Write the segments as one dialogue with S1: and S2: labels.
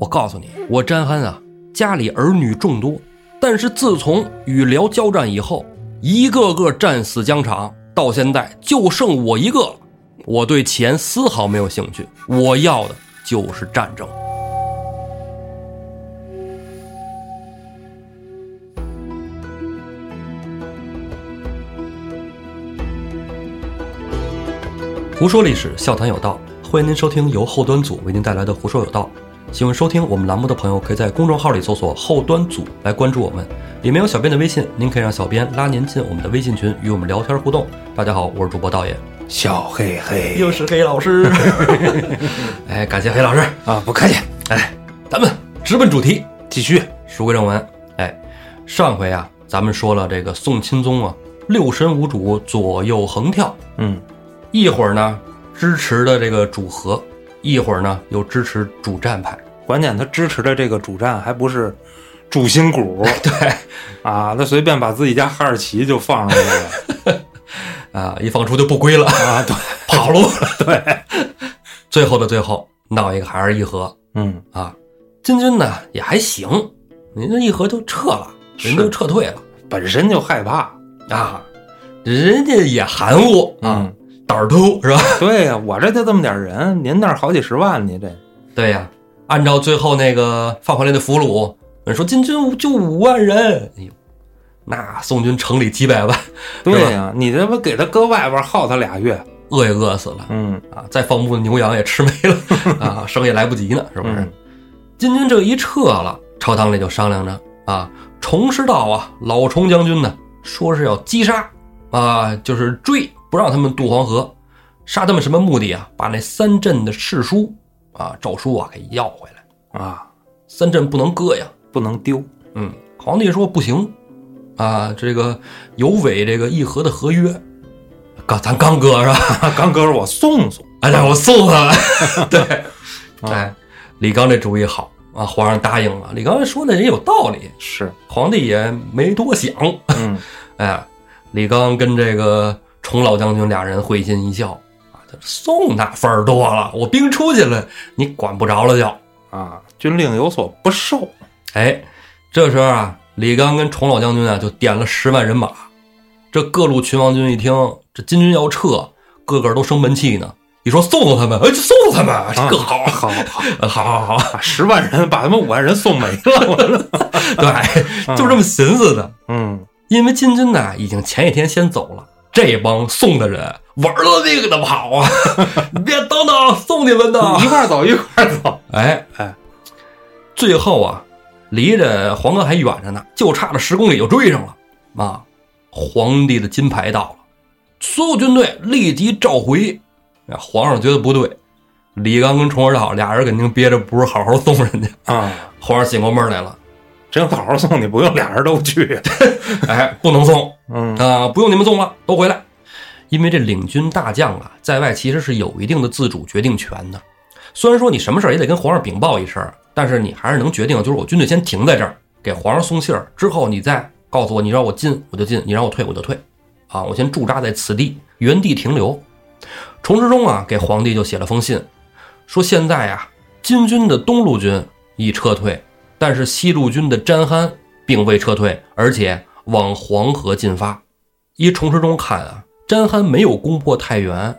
S1: 我告诉你，我詹憨啊，家里儿女众多，但是自从与辽交战以后，一个个战死疆场，到现在就剩我一个了。我对钱丝毫没有兴趣，我要的就是战争。胡说历史，笑谈有道。欢迎您收听由后端组为您带来的《胡说有道》。喜欢收听我们栏目的朋友，可以在公众号里搜索“后端组”来关注我们，里面有小编的微信，您可以让小编拉您进我们的微信群，与我们聊天互动。大家好，我是主播道爷，
S2: 小黑 黑
S1: 又是黑老师。哎，感谢黑老师。
S2: 啊，不客气，
S1: 哎，咱们直奔主题，
S2: 继续。
S1: 书归正文。哎，上回啊，咱们说了这个宋钦宗啊，六神无主，左右横跳，
S2: 嗯，
S1: 一会儿呢支持的这个主和，一会儿呢又支持主战派。
S2: 关键他支持的这个主战还不是主心 骨
S1: 对
S2: 啊，他随便把自己家哈士奇就放上去了
S1: 啊，一放出就不归了，
S2: 啊，对，
S1: 跑 路了。对，最后的最后闹一个还是议和
S2: 嗯，
S1: 啊。金军呢也还行，您这议和就撤了，人
S2: 是
S1: 就撤退了
S2: 本身就害怕
S1: 啊，人家也含糊啊，
S2: 嗯，
S1: 胆儿突是吧？
S2: 对呀、我这就这么点人，您那儿好几十万，你这
S1: 对呀、按照最后那个放回来的俘虏，人说金军就五万人，哎呦，那宋军城里几百万，
S2: 对呀、你这不给他搁外边耗他俩月，
S1: 饿也饿死了
S2: 嗯，
S1: 啊！再放牧的牛羊也吃没了啊，生也来不及呢，是不是？
S2: 嗯
S1: 金军这一撤了，朝堂里就商量着啊，崇师道啊，老崇将军呢，说是要击杀啊，就是追，不让他们渡黄河，杀他们什么目的啊？把那三镇的誓书啊、诏书啊给要回来，
S2: 啊，
S1: 三镇不能割呀。
S2: 不能丢，
S1: 嗯，皇帝说不行，啊，这个有违这个议和的合约，刚咱刚哥是吧？
S2: 刚哥我送送，
S1: 哎，让我送他来。 对，哎，李纲这主意好啊，皇上答应了。李纲说的也有道理，
S2: 是，
S1: 皇帝也没多想。
S2: 嗯，
S1: 哎，李纲跟这个崇老将军俩人会心一笑啊，他说送那份儿多了，我兵出去了，你管不着了就。
S2: 啊，军令有所不受，
S1: 哎，这时候啊，李纲跟崇老将军啊就点了十万人马。这各路群王军一听，这金军要撤，个个都生闷气呢。一说送送他们，哎，就送送他们，这更好，
S2: 好好，
S1: 好好好，
S2: 啊十万人把他们五万人送没了，我说，
S1: 对，就这么寻思的。
S2: 嗯。
S1: 因为金军呢，已经前一天先走了，这帮送的人玩了命的跑啊！ 你别等等，送你们的，
S2: 一块儿走一块儿走。
S1: 哎
S2: 嗯哎，
S1: 最后啊，离着黄河还远着呢，就差了十公里就追上了啊！皇帝的金牌到了，所有军队立即召回。啊皇上觉得不对，李纲跟重儿道俩人肯定憋着不是好好送人家。
S2: 啊，
S1: 皇上醒过闷儿来了，
S2: 真好好送你，不用俩人都去。
S1: 哎，不能送
S2: 嗯
S1: 啊，不用你们送了，都回来。因为这领军大将啊，在外其实是有一定的自主决定权的。虽然说你什么事儿也得跟皇上禀报一声，但是你还是能决定，就是我军队先停在这儿，给皇上送信儿之后，你再告诉我，你让我进我就进，你让我退我就退，啊，我先驻扎在此地，原地停留。崇之中啊，给皇帝就写了封信，说现在啊，金军的东路军已撤退，但是西路军的詹憨并未撤退，而且往黄河进发。依崇师中看啊，詹憨没有攻破太原，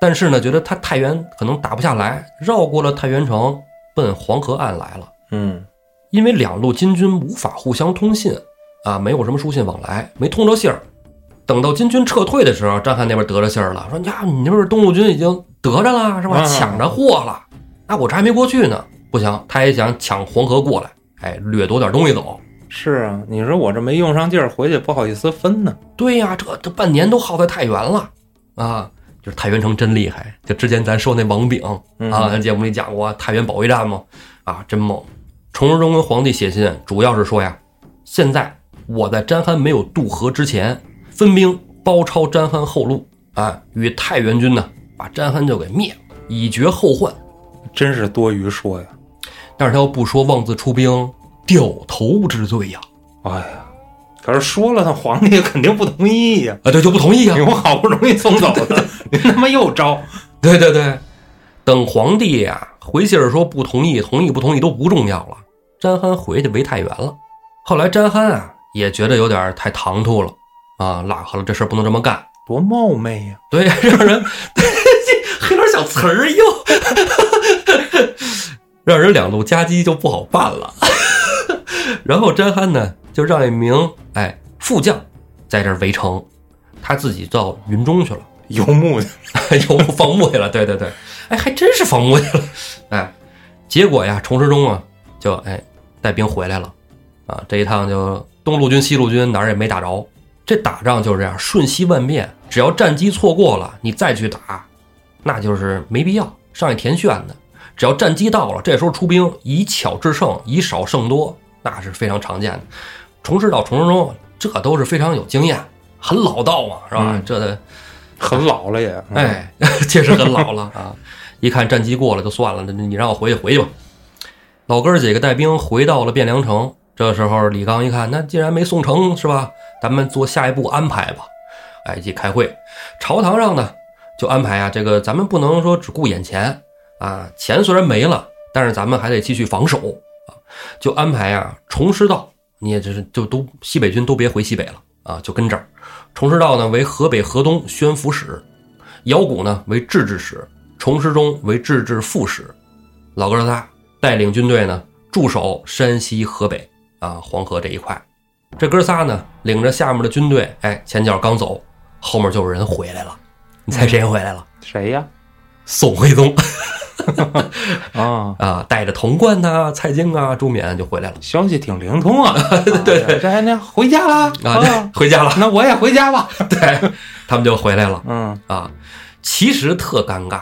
S1: 但是呢，觉得他太原可能打不下来，绕过了太原城，奔黄河岸来了。
S2: 嗯
S1: 因为两路金军无法互相通信，啊，没有什么书信往来，没通着信儿。等到金军撤退的时候，张翰那边得着信儿了，说呀，你那边东路军已经得着了，是吧？
S2: 嗯
S1: 抢着货了，那我这还没过去呢。不行，他也想抢黄河过来，哎，掠夺点东西走。
S2: 是啊，你说我这没用上劲儿，回去不好意思分呢。
S1: 对呀、这这半年都耗在太原了啊！就是太原城真厉害，就之前咱说那王炳
S2: 嗯
S1: 啊，咱节目里讲过太原保卫战嘛，啊，真猛！崇仁中跟皇帝写信，主要是说呀，现在我在詹憨没有渡河之前，分兵包抄詹憨后路，啊，与太原军呢把詹憨就给灭了，以绝后患。
S2: 真是多余说呀。
S1: 但是他要不说妄自出兵，掉头之罪呀！
S2: 哎呀，可是说了，那皇帝肯定不同意呀。
S1: 啊，对，就不同意啊
S2: 你。我好不容易送走的，您他妈又招
S1: 对对对，等皇帝呀、回信儿说不同意、同意不同意都不重要了。詹憨回去为太原了。后来詹憨啊也觉得有点太唐突了啊，拉黑了，这事儿不能这么干。
S2: 多冒昧呀、
S1: 对，让人 黑点小词儿哟， 让人两路夹击就不好办了。 然后詹憨呢，就让一名哎副将在这儿围城，他自己到云中去了。
S2: 游牧去，
S1: 游牧放牧去了，对对对，哎，还真是放牧去了，哎，结果呀，崇实中啊，就哎带兵回来了，啊，这一趟就东路军、西路军哪儿也没打着，这打仗就是这样瞬息万变，只要战机错过了，你再去打，那就是没必要上一田炫的，只要战机到了，这时候出兵以巧制胜，以少胜多，那是非常常见的。崇实到崇实中，这都是非常有经验，很老道嘛，是吧？
S2: 嗯
S1: 这的。
S2: 很老了也。嗯，
S1: 哎， 确实很老了 啊！一看战机过了就算了，那你让我回去回去吧。老哥儿几个带兵回到了汴梁城，这时候李刚一看，那既然没宋城是吧？咱们做下一步安排吧。哎，一起开会，朝堂上呢就安排啊，这个咱们不能说只顾眼前啊，钱虽然没了，但是咱们还得继续防守啊，就安排啊，重师道，你也就是就都西北军都别回西北了啊，就跟这儿。重师道呢为河北河东宣抚使，姚谷呢为制置使，崇师中为制置副使，老哥儿仨带领军队呢驻守山西、河北啊黄河这一块。这哥仨呢领着下面的军队，哎，前脚刚走，后面就有人回来了。你猜谁回来了？
S2: 谁呀？
S1: 宋徽宗
S2: 啊，
S1: 啊，带着童贯呐、蔡京啊、朱冕就回来了
S2: 消息挺灵通啊。 对对对，这还能回家啦
S1: 啊，
S2: 哦
S1: 这 回家了。
S2: 那我也回家吧。
S1: 对，他们就回来了。
S2: 嗯，
S1: 啊，其实特尴尬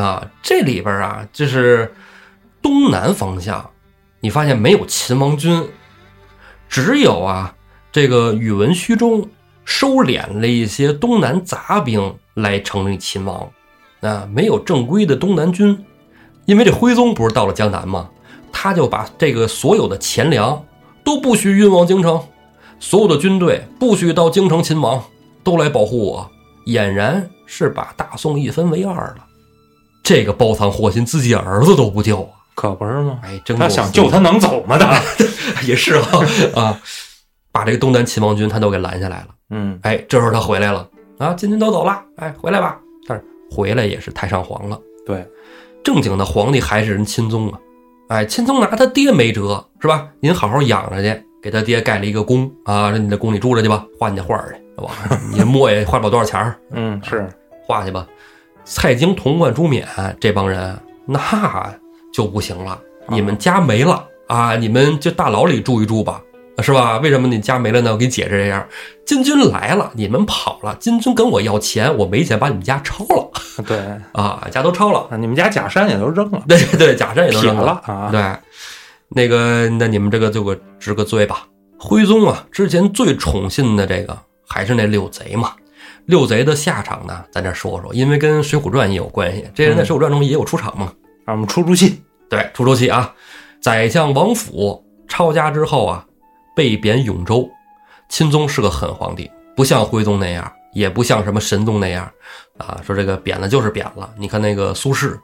S1: 啊。这里边啊，就是东南方向，你发现没有秦王军，只有啊这个宇文虚中收敛了一些东南杂兵来成立秦王，啊，没有正规的东南军，因为这徽宗不是到了江南吗？他就把这个所有的钱粮都不许运往京城，所有的军队不许到京城勤王，都来保护我，俨然是把大宋一分为二了。这个包藏祸心，自己儿子都不救啊！
S2: 可不是吗？
S1: 哎，真
S2: 他
S1: 够
S2: 想
S1: 死的
S2: 救他能走吗？他，
S1: 也是啊 啊，把这个东南秦王军他都给拦下来了。
S2: 嗯，
S1: 哎，这时候他回来了啊，金军都走了，哎，回来吧。但是回来也是太上皇了，
S2: 对，
S1: 正经的皇帝还是人钦宗啊。哎，钦宗拿他爹没辙是吧？您好好养着去，给他爹盖了一个宫啊，让你在宫里住着去吧，画你的画儿去，是吧？你这墨也画不了多少钱儿，
S2: 嗯，是
S1: 画去吧。蔡京、童贯、朱冕这帮人那就不行了，
S2: 嗯
S1: 你们家没了啊，你们就大牢里住一住吧，是吧？为什么你家没了呢？我给你解释这样：金军来了，你们跑了，金军跟我要钱，我没钱把你们家抄了
S2: 嗯对。
S1: 啊，家都抄了，
S2: 啊你们家假山也都扔了，
S1: 对对对，假山也都
S2: 撇
S1: 扔
S2: 了啊。
S1: 对，那个，那你们这个就给治个罪吧。徽宗啊，之前最宠信的这个还是那六贼嘛。六贼的下场呢，咱这说说，因为跟《水浒传》也有关系。这人在《水浒传》中也有出场嘛。
S2: 让我们出出气。
S1: 对，出出气啊！宰相王府抄家之后啊，被贬永州。钦宗是个狠皇帝，不像徽宗那样，也不像什么神宗那样，啊，说这个贬了就是贬了。你看那个苏轼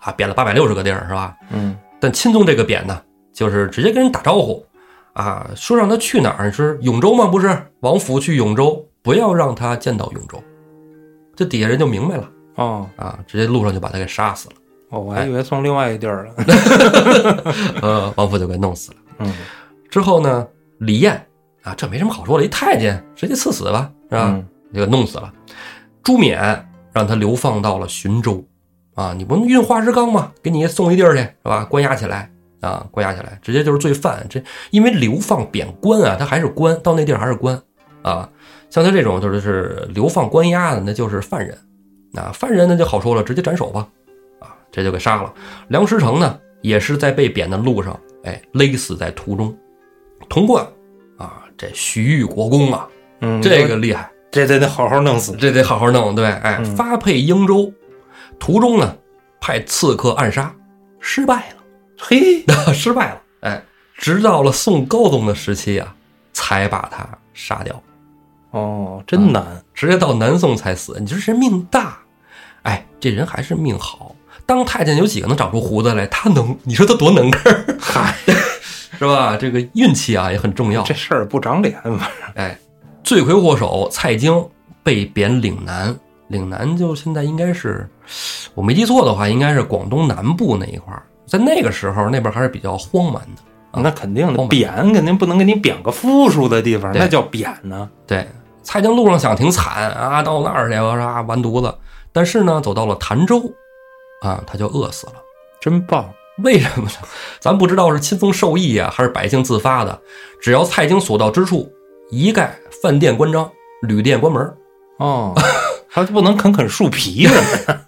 S1: 啊，贬了八百六十个地儿是吧？
S2: 嗯，
S1: 但钦宗这个匾呢，就是直接跟人打招呼啊，说让他去哪儿是永州吗？不是，王府去永州，不要让他见到永州。这底下人就明白了
S2: 哦，
S1: 啊，直接路上就把他给杀死了，
S2: 哦我还以为送另外一地儿了。
S1: 呃，王府就给弄死了。
S2: 嗯，
S1: 之后呢，李彦啊，这没什么好说的，一太监直接赐死吧，是吧？
S2: 嗯
S1: 就给弄死了。朱冕让他流放到了循州，啊，你不能运化石纲吗？给你送一地儿去，是吧？关押起来啊，关押起来，直接就是罪犯。这因为流放贬官啊，他还是官，到那地儿还是官啊。像他这种就是是流放关押的，那就是犯人。啊，犯人那就好说了，直接斩首吧，啊，这就给杀了。梁师成呢，也是在被贬的路上，哎，勒死在途中。童贯啊，这徐玉国公啊，
S2: 嗯，
S1: 这个厉害。
S2: 这得得好好弄死。
S1: 这得好好弄。对，哎，
S2: 嗯
S1: 发配英州，途中呢，派刺客暗杀，失败
S2: 嘿，
S1: 了， 失败了。哎，直到了宋高宗的时期啊，才把他杀掉，
S2: 哦，
S1: 嗯
S2: 真难。
S1: 直接到南宋才死。你说这人命大，哎，这人还是命好。当太监有几个能长出胡子来？他能，你说他多能干儿
S2: 嗨，
S1: 是吧？这个运气啊也很重要
S2: 这。事儿不长脸，
S1: 哎，罪魁祸首蔡京被贬岭南，岭南就现在应该是，我没记错的话，应该是广东南部那一块儿。在那个时候，那边还是比较荒蛮的。
S2: 那肯定的
S1: 荒，蛮
S2: 贬肯定不能给你贬个富庶的地方，
S1: 对
S2: 那叫贬呢。
S1: 对，蔡京路上想挺惨啊，到那儿去我说啊完犊子。但是呢，走到了潭州，啊，他就饿死了。
S2: 真棒，
S1: 为什么呢？咱不知道是亲僧授意啊，还是百姓自发的。只要蔡京所到之处，一概饭店关张，旅店关门儿。
S2: 哦，还不能啃啃树皮什么的。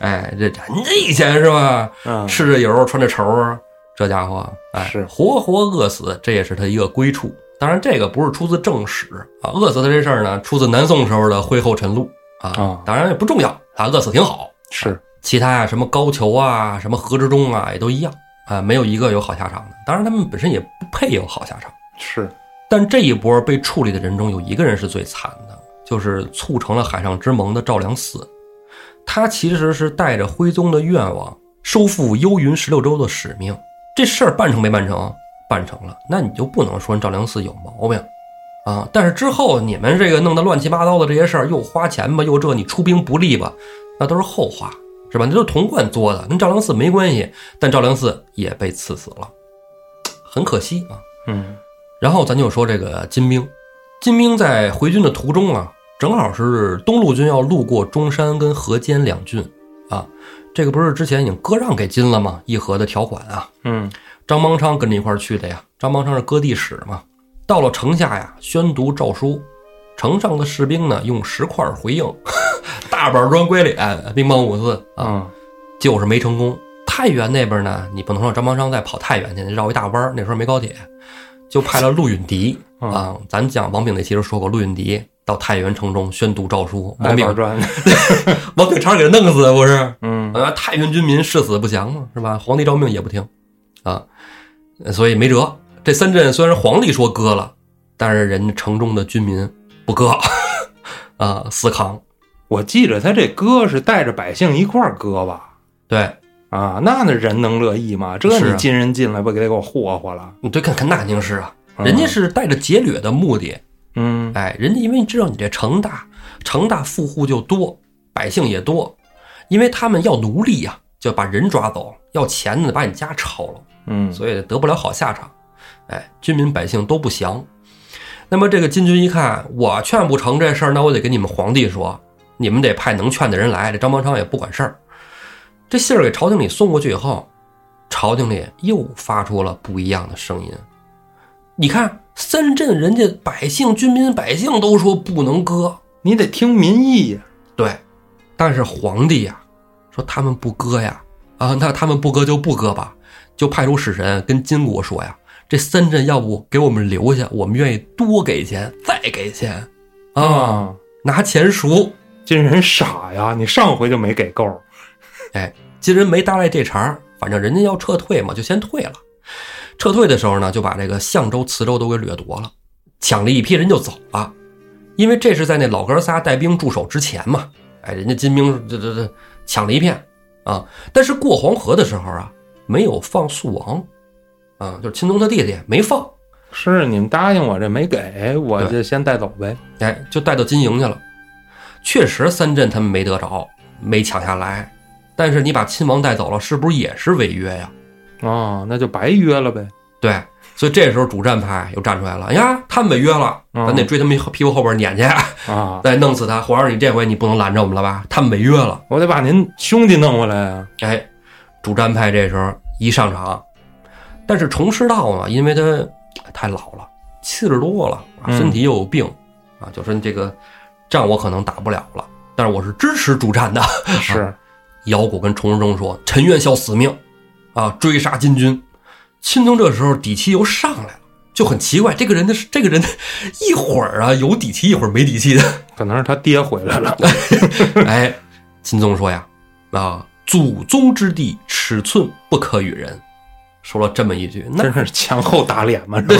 S1: 哎，这人家以前是吧，
S2: 嗯，
S1: 吃着油，穿着绸儿，这家伙，哎，
S2: 是
S1: 活活饿死，这也是他一个归处。当然，这个不是出自正史啊，饿死他这事儿呢，出自南宋时候的徽后陈露啊
S2: 啊。
S1: 当然也不重要，他饿死挺好。
S2: 是
S1: 其他呀，什么高俅啊，什么何执中啊，也都一样啊，没有一个有好下场的。当然，他们本身也不配有好下场。
S2: 是，
S1: 但这一波被处理的人中，有一个人是最惨的，就是促成了海上之盟的赵良嗣。他其实是带着徽宗的愿望，收复幽云十六州的使命。这事儿办成没办成？办成了，那你就不能说赵良嗣有毛病啊。但是之后你们这个弄得乱七八糟的这些事儿，又花钱吧，又这你出兵不利吧，那都是后话，是吧？那都是童贯作的，跟赵良嗣没关系。但赵良嗣也被赐死了，很可惜啊。
S2: 嗯，
S1: 然后咱就说这个金兵，金兵在回军的途中啊，正好是东路军要路过中山跟河间两郡啊，这个不是之前已经割让给金了吗？议和的条款啊，
S2: 嗯，
S1: 张邦昌跟着一块儿去的呀，张邦昌是割地使嘛。到了城下呀，宣读诏书，城上的士兵呢用石块儿回应， 大板砖归脸，兵帮五四啊。
S2: 嗯，
S1: 就是没成功。太原那边呢，你不能让张邦昌再跑太原去，绕一大弯儿。那时候没高铁，就派了陆允迪
S2: 嗯
S1: 啊。咱讲王炳那期就说过，陆允迪到太原城中宣读诏书，王
S2: 挨板
S1: 炳
S2: 砖，
S1: 王炳差点给他弄死，不是？
S2: 哎嗯，
S1: 啊，太原军民誓死不降嘛，是吧？皇帝诏命也不听啊，所以没辙。这三镇虽然皇帝说割了，但是人家城中的军民不割 啊，死扛。
S2: 我记着他这割是带着百姓一块儿割吧？
S1: 对，
S2: 啊，那那人能乐意吗？这
S1: 是啊
S2: 你金人进来不给给我霍霍了？
S1: 你对看看那宁是啊，
S2: 嗯
S1: 人家是带着劫掠的目的，
S2: 嗯，
S1: 哎，人家因为知道你这城大，城大富户就多，百姓也多，因为他们要奴隶呀、就把人抓走；要钱呢，把你家抄了，
S2: 嗯，
S1: 所以得不了好下场。哎，军民百姓都不降。那么这个金军一看，我劝不成这事儿，那我得跟你们皇帝说，你们得派能劝的人来。这张邦昌也不管事儿，这信儿给朝廷里送过去以后，朝廷里又发出了不一样的声音。你看，三镇人家百姓、军民百姓都说不能割，
S2: 你得听民意呀。
S1: 对，但是皇帝呀，说他们不割呀，啊，那他们不割就不割吧，就派出使臣跟金国说呀，这三镇要不给我们留下，我们愿意多给钱，再给钱，啊，
S2: 啊，
S1: 拿钱赎。
S2: 金人傻呀，你上回就没给够。
S1: 哎，金人没搭理这茬儿，反正人家要撤退嘛，就先退了。撤退的时候呢，就把这个象州、磁州都给掠夺了，抢了一批人就走了。因为这是在那老哥仨带兵驻守之前嘛，哎，人家金兵这这这抢了一片啊。但是过黄河的时候啊，没有放肃王，啊，就是钦宗他弟弟没放，
S2: 是你们答应我这没给，我
S1: 对
S2: 就先带走呗。
S1: 哎，就带到金营去了。确实，三镇他们没得着，没抢下来。但是你把亲王带走了，是不是也是违约呀？嗯
S2: 哦，那就白约了呗。
S1: 对，所以这时候主战派又站出来了，哎呀，他们违约了，
S2: 嗯
S1: 咱得追他们屁股后边撵去，
S2: 啊，
S1: 再弄死他。皇上，你这回你不能拦着我们了吧？他们违约了。
S2: 我得把您兄弟弄回来啊。
S1: 哎，主战派这时候一上场，但是崇师道呢，因为他哎太老了，七十多了，啊
S2: 嗯
S1: 身体又有病，啊，就说这个仗我可能打不了了，但是我是支持主战的。
S2: 是，
S1: 姚古跟崇师中说：“臣愿效死命，啊，追杀金军。”钦宗这时候底气又上来了，就很奇怪，这个人的这个人一会儿啊有底气，一会儿没底气的。
S2: 可能是他爹回来了。
S1: 哎，钦宗说呀：“啊，祖宗之地，尺寸不可与人。”说了这么一句，那
S2: 真是前后打脸嘛，是吧？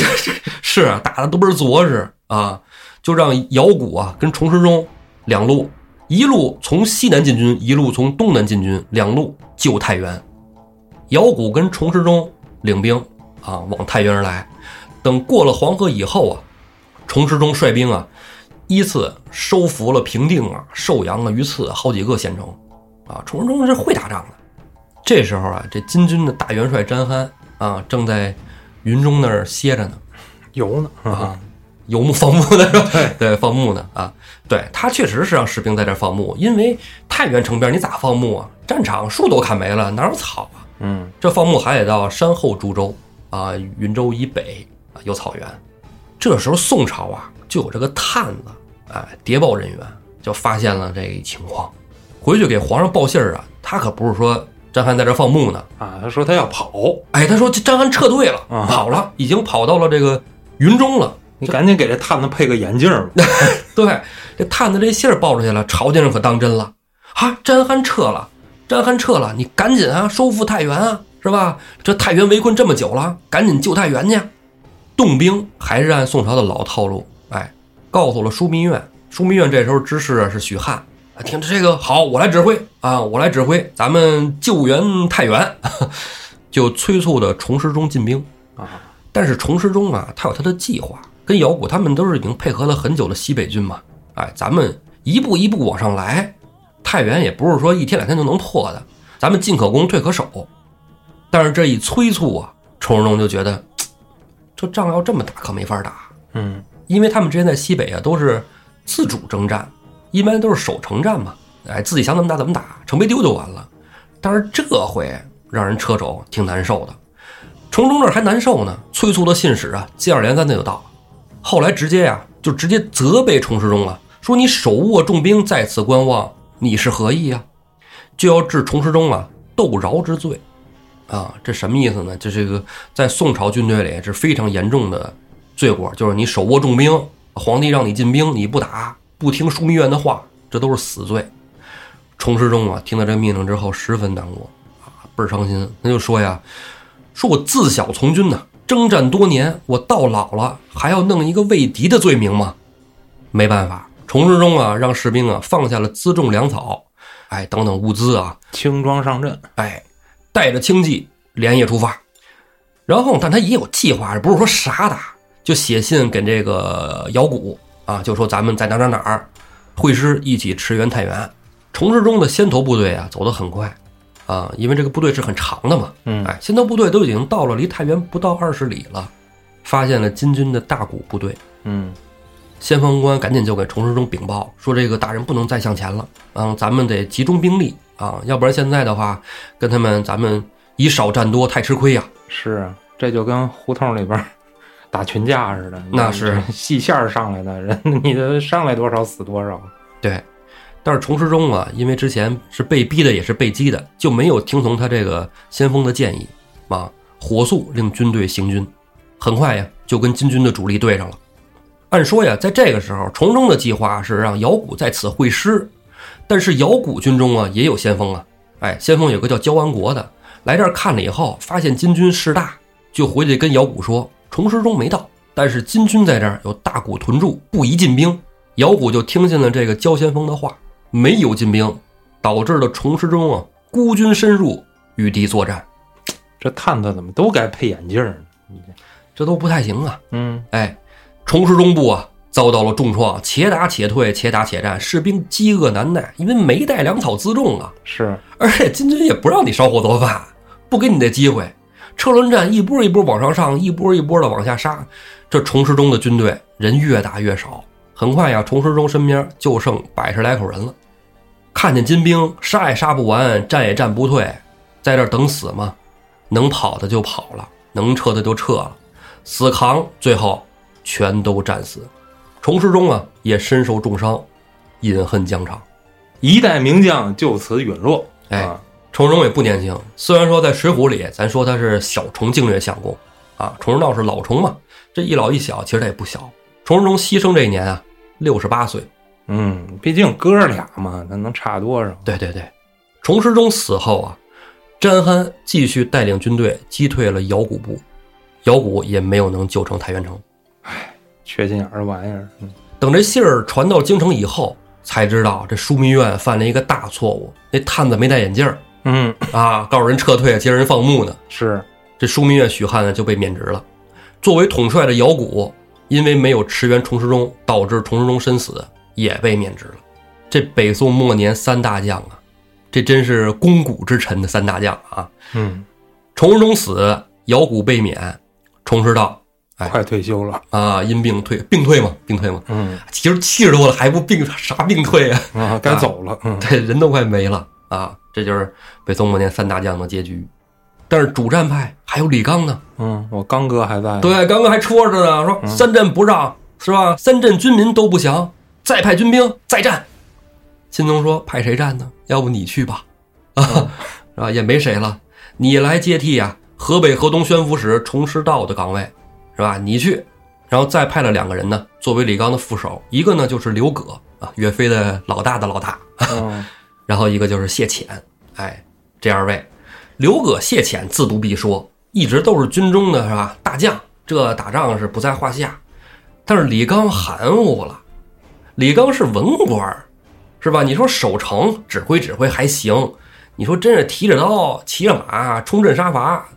S1: 是啊，打的都不是着实啊，就让姚古啊跟崇师中两路，一路从西南进军，一路从东南进军，两路救太原。姚古跟崇师中领兵啊，往太原而来。等过了黄河以后啊，崇师中率兵啊，依次收服了平定啊、寿阳啊、榆次啊好几个县城啊。崇师中是会打仗的。这时候啊，这金军的大元帅詹憨啊，正在云中那儿歇着呢。
S2: 游呢啊，
S1: 游牧放牧的是吧？ 对，放牧呢啊，对他确实是让士兵在这儿放牧，因为太原城边你咋放牧啊？战场树都砍没了，哪有草啊？
S2: 嗯，
S1: 这放牧还得到山后诸州啊，云州以北啊有草原。这时候宋朝啊就有这个探子，哎，谍报人员就发现了这一情况，回去给皇上报信儿啊，他可不是说张翰在这儿放牧呢，
S2: 啊，他说他要跑，
S1: 哎，他说这张翰撤退了，
S2: 啊
S1: 跑了，已经跑到了这个云中了。
S2: 你赶紧给这探子配个眼镜儿吧。
S1: 对，这探子这信儿报出去了，朝廷上可当真了啊！詹憨撤了，詹憨撤了，你赶紧啊，收复太原啊，是吧？这太原围困这么久了，赶紧救太原去！动兵还是按宋朝的老套路，哎，告诉了枢密院，枢密院这时候知事啊是许翰。啊，听这个好，我来指挥啊，我来指挥，咱们救援太原， 就催促的崇师中进兵。
S2: 啊，
S1: 但是崇师中啊，他有他的计划，跟姚古他们都是已经配合了很久的西北军嘛。哎，咱们一步一步往上来，太原也不是说一天两天就能破的，咱们进可攻，退可守。但是这一催促啊，崇师中就觉得嘖这仗要这么打可没法打，
S2: 嗯，
S1: 因为他们之前在西北啊都是自主征战，一般都是守城战嘛，哎，自己想怎么打怎么打，城被丢就完了。但是这回让人车轴挺难受的，崇中这儿还难受呢，催促的信使啊，接二连三的就到了，后来直接呀、就直接责备崇师中了，说你手握重兵在此观望，你是何意呀、就要治崇师中啊斗饶之罪，啊，这什么意思呢？这这个在宋朝军队里是非常严重的罪过，就是你手握重兵，皇帝让你进兵，你不打，不听枢密院的话，这都是死罪。崇师中啊，听到这命令之后十分难过啊，倍儿伤心。他就说呀：“说我自小从军呐、征战多年，我到老了还要弄一个为敌的罪名吗？”没办法，崇师中啊，让士兵啊放下了辎重粮草，哎，等等物资啊，
S2: 轻装上阵，
S1: 哎，带着轻骑连夜出发。然后，但他也有计划，不是说傻打，就写信给这个姚古啊，就说咱们在哪儿哪儿哪儿会师，一起驰援太原。崇师中的先头部队啊，走得很快啊，因为这个部队是很长的嘛。
S2: 嗯
S1: 哎，先头部队都已经到了离太原不到二十里了，发现了金军的大股部队。
S2: 嗯，
S1: 先锋官赶紧就给崇师中禀报说：“这个大人不能再向前了，嗯，咱们得集中兵力啊，要不然现在的话，跟他们咱们以少战多太吃亏呀、
S2: 是啊，这就跟胡同里边儿打群架似的，
S1: 那是
S2: 你这细线儿上来的人，你的上来多少死多少。
S1: 对，但是崇师中啊，因为之前是被逼的，也是被激的，就没有听从他这个先锋的建议啊，火速令军队行军。很快呀，就跟金军的主力对上了。按说呀，在这个时候，崇中的计划是让姚古在此会师，但是姚古军中啊也有先锋啊，哎，先锋有个叫焦安国的，来这儿看了以后，发现金军势大，就回去跟姚古说，崇师中没到，但是金军在这儿有大股屯驻，不宜进兵。姚古就听信了这个焦先锋的话，没有进兵，导致了崇师中啊孤军深入，与敌作战，
S2: 这探子怎么都该配眼镜儿呢？你这
S1: 这都不太行啊。
S2: 嗯，
S1: 哎，崇师中部啊遭到了重创，且打且退，且打且战，士兵饥饿难耐，因为没带粮草辎重啊，
S2: 是
S1: 而且金军也不让你烧火做饭，不给你这机会。车轮战一波一波往上上，一波一波的往下杀，这崇师中的军队人越打越少，很快呀，崇师中身边就剩百十来口人了。看见金兵，杀也杀不完，战也战不退，在这儿等死嘛。能跑的就跑了，能撤的就撤了，死扛，最后全都战死。崇师中啊，也身受重伤，饮恨疆场。
S2: 一代名将就此陨落。
S1: 哎
S2: 啊
S1: 崇荣也不年轻，虽然说在《水浒》里，咱说他是小崇敬略相公啊，崇荣道是老崇嘛，这一老一小，其实他也不小。崇荣牺牲这一年啊，六十八岁。
S2: 嗯，毕竟哥俩嘛，那能差多少？
S1: 对对对，崇师中死后啊，詹憨继续带领军队击退了姚古部，姚古也没有能救成太原城。
S2: 缺心眼儿玩意儿。嗯
S1: 等这信儿传到京城以后，才知道这枢密院犯了一个大错误，那探子没戴眼镜儿
S2: 嗯，
S1: 啊，告诉人撤退，接着人放牧呢。
S2: 是，
S1: 这枢密院许汉呢就被免职了。作为统帅的姚古，因为没有驰援崇师中，导致崇师中身死，也被免职了。这北宋末年三大将啊，这真是肱骨之臣的三大将啊！
S2: 嗯，
S1: 崇师中死，姚古被免，崇师道哎
S2: 快退休了，
S1: 啊因病退，病退嘛，病退嘛。
S2: 嗯
S1: 其实七十多了还不病，啥病退啊？
S2: 啊，该走了，嗯
S1: 对，人都快没了啊！这就是北宋末年三大将的结局。但是主战派还有李纲呢，
S2: 嗯，我刚哥还在，，
S1: 对，刚刚还戳着呢，说三镇不让、是吧？三镇军民都不降，再派军兵再战。钦宗说：“派谁战呢？要不你去吧， 啊，啊也没谁了，你来接替啊。河北河东宣抚使崇师道的岗位，是吧？你去。然后再派了两个人呢，作为李纲的副手，一个呢就是刘葛啊，岳飞的老大的老大，
S2: 嗯
S1: 然后一个就是谢潜，哎，这二位，刘葛、谢潜自不必说，一直都是军中的是吧大将，这打仗是不在话下。但是李纲含糊了，李纲是文官儿，是吧？你说守城指挥指挥还行，你说真是提着刀骑着马冲阵杀伐，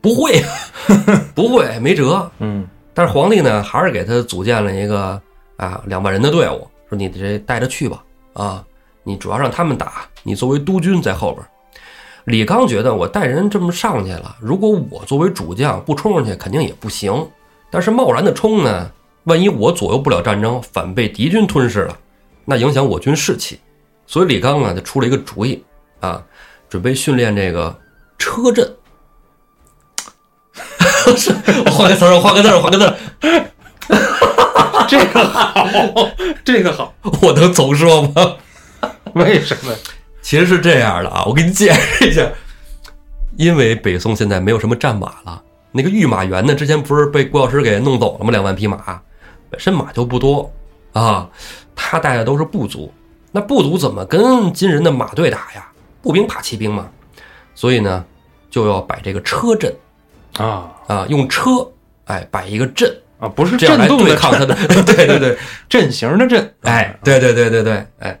S1: 不会， 不会，没辙。
S2: 嗯
S1: 但是皇帝呢，还是给他组建了一个啊两万人的队伍，说你这带着去吧，啊，你主要让他们打，你作为督军在后边儿。李纲觉得我带人这么上去了，如果我作为主将不冲上去，肯定也不行。但是贸然的冲呢，万一我左右不了战争，反被敌军吞噬了，那影响我军士气。所以李纲啊，就出了一个主意啊，准备训练这个车阵。 是，我换个词儿，我换个字儿，我换个字儿，
S2: 这个好， 这个好，
S1: 我能总说吗？
S2: 为什么？
S1: 其实是这样的啊，我给你解释一下，因为北宋现在没有什么战马了，那个御马员呢，之前不是被郭药师给弄走了吗？两万匹马，本身马就不多啊，他带的都是部族，那部族怎么跟金人的马队打呀？步兵怕骑兵嘛，所以呢，就要摆这个车阵
S2: 啊
S1: 啊，用车哎摆一个阵，
S2: 啊，不是
S1: 这样
S2: 震
S1: 来
S2: 动
S1: 对
S2: 的
S1: 抗
S2: 震，
S1: 他的，对对对，
S2: 阵型的 阵，
S1: 哎，对对对对对，哎，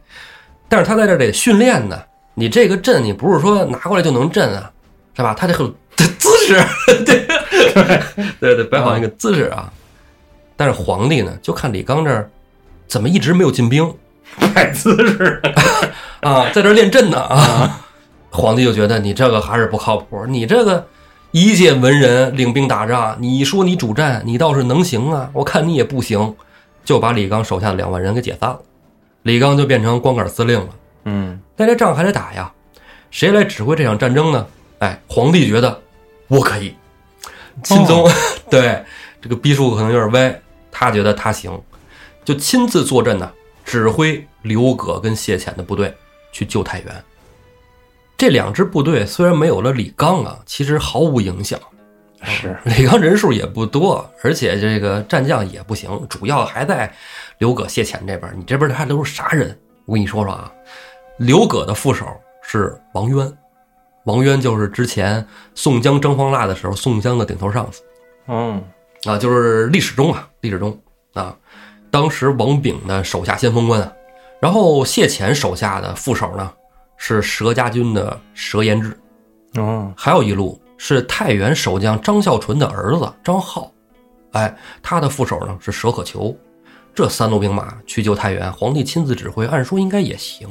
S1: 但是他在这儿得训练呢。你这个阵，你不是说拿过来就能震啊，是吧？他这个姿势， 对对对，摆好那个姿势啊。但是皇帝呢，就看李纲这儿怎么一直没有进兵
S2: 摆姿势，
S1: 啊，在这儿练阵呢啊。皇帝就觉得你这个还是不靠谱，你这个一介文人领兵打仗，你说你主战，你倒是能行啊，我看你也不行，就把李纲手下的两万人给解散了，李纲就变成光杆司令了。
S2: 嗯
S1: 但这仗还得打呀，谁来指挥这场战争呢？哎，皇帝觉得我可以，钦宗、 对这个逼数可能有点歪，他觉得他行，就亲自坐镇呢，指挥刘葛跟谢潜的部队去救太原。这两支部队虽然没有了李纲啊，其实毫无影响。
S2: 是，
S1: 李纲人数也不多，而且这个战将也不行，主要还在刘葛、谢潜这边。你这边还都是啥人？我跟你说说啊，刘葛的副手是王渊，王渊就是之前宋江征方腊的时候宋江的顶头上司
S2: 嗯
S1: 啊，就是历史中啊，历史中啊，当时王炳的手下先锋官啊，然后谢潜手下的副手呢是佘家军的佘延志，
S2: 哦，
S1: 还有一路是太原守将张孝纯的儿子张浩，哎，他的副手呢是佘可求。这三路兵马去救太原，皇帝亲自指挥，按说应该也行。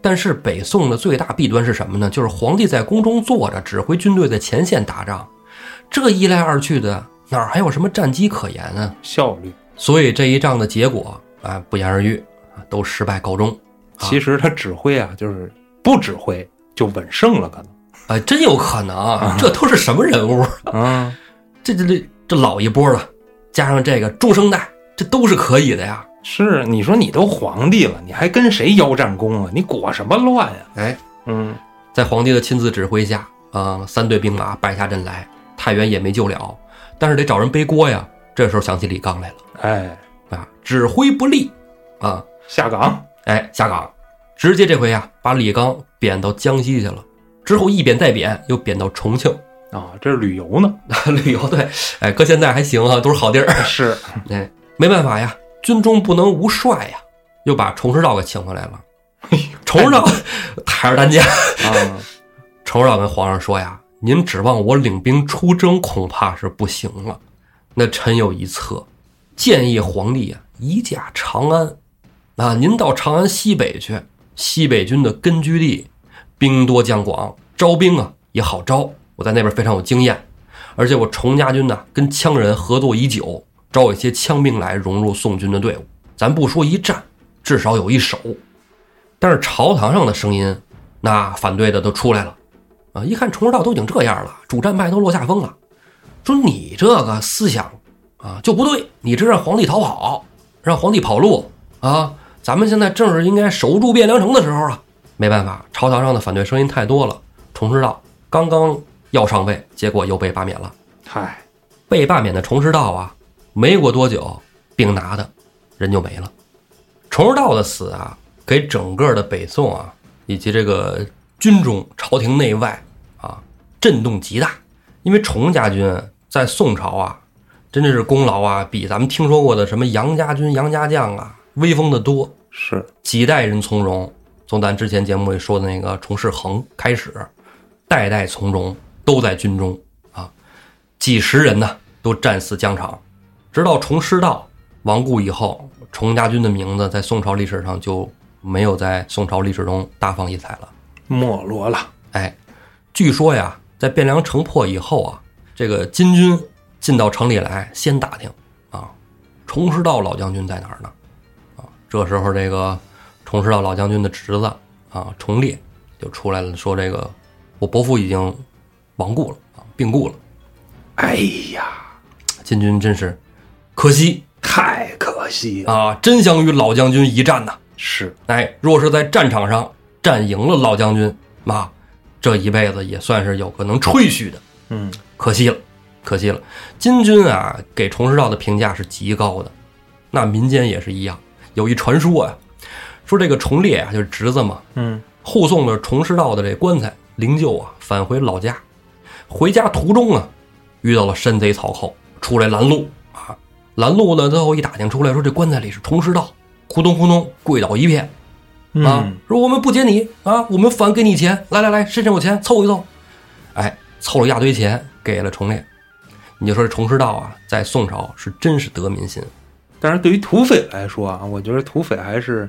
S1: 但是北宋的最大弊端是什么呢？就是皇帝在宫中坐着，指挥军队在前线打仗，这一来二去的，哪儿还有什么战机可言啊？
S2: 效率。
S1: 所以这一仗的结果啊，不言而喻，啊都失败告终。
S2: 其实他指挥啊，就是不指挥就稳胜了，可能。
S1: 哎，真有可能啊，这都是什么人物？
S2: 啊，
S1: 这这这这老一波了，加上这个中生代，这都是可以的呀。
S2: 是你说你都皇帝了，你还跟谁邀战功啊？你裹什么乱呀、
S1: 哎，
S2: 嗯
S1: 在皇帝的亲自指挥下，啊、三队兵马败下阵来，太原也没救了，但是得找人背锅呀。这时候想起李纲来了
S2: 哎，
S1: 啊，指挥不力啊，
S2: 下岗。
S1: 哎，下岗，直接这回啊，把李纲贬到江西去了，之后一贬再贬，又贬到重庆
S2: 啊，这是旅游呢，
S1: 旅游对，哎，搁现在还行啊，都是好地儿。
S2: 是，
S1: 哎，没办法呀，军中不能无帅呀，又把崇师道给请回来了。崇师道抬 着担架，
S2: 啊，
S1: 崇师道跟皇上说呀：“您指望我领兵出征，恐怕是不行了。那臣有一策，建议皇帝啊移驾长安，啊，您到长安西北去，西北军的根据地，兵多将广，招兵啊也好招。我在那边非常有经验，而且我崇家军呢、跟羌人合作已久，招一些羌兵来融入宋军的队伍。咱不说一战，至少有一守。但是朝堂上的声音，那反对的都出来了。啊，一看崇师道都已经这样了，主战派都落下风了，说你这个思想啊就不对，你这让皇帝逃跑，让皇帝跑路啊！咱们现在正是应该守住汴梁城的时候啊！没办法，朝堂上的反对声音太多了，崇师道刚刚要上位，结果又被罢免了。
S2: 嗨，
S1: 被罢免的崇师道啊，没过多久，病拿的人就没了。崇师道的死啊，给整个的北宋啊，以及这个军中、朝廷内外啊，震动极大。因为崇家军在宋朝啊，真的是功劳啊，比咱们听说过的什么杨家军、杨家将啊，威风的多。
S2: 是
S1: 几代人从戎，从咱之前节目里说的那个崇世恒开始，代代从戎都在军中啊，几十人呢都战死疆场，直到崇师道亡故以后，崇家军的名字在宋朝历史上就没有在宋朝历史中大放异彩了。
S2: 没落了，
S1: 哎，据说呀，在汴梁城破以后啊，这个金军进到城里来，先打听啊，崇师道老将军在哪儿呢？啊，这时候这个崇师道老将军的侄子啊，崇烈就出来了，说这个我伯父已经亡故了啊，病故了。
S2: 哎呀，
S1: 金军真是可惜
S2: 太可惜了，
S1: 啊，真想与老将军一战呐、
S2: 是
S1: 哎，若是在战场上战赢了老将军，啊，这一辈子也算是有个能吹嘘的。
S2: 嗯，
S1: 可惜了，可惜了。金军啊，给崇师道的评价是极高的，那民间也是一样。有一传说啊，说这个崇烈啊，就是侄子嘛，
S2: 嗯，
S1: 护送着崇师道的这棺材灵柩啊，返回老家。回家途中啊，遇到了山贼曹寇，出来拦路啊。拦路呢，最后一打听出来，说这棺材里是崇师道，咕咚咕咚跪倒一片，啊
S2: 嗯，，
S1: 说我们不劫你啊，我们反给你钱，来来来，身上有钱，凑一凑。哎，凑了一大堆钱给了崇烈。你就说这崇师道啊，在宋朝是真是得民心，
S2: 但是对于土匪来说啊，我觉得土匪还是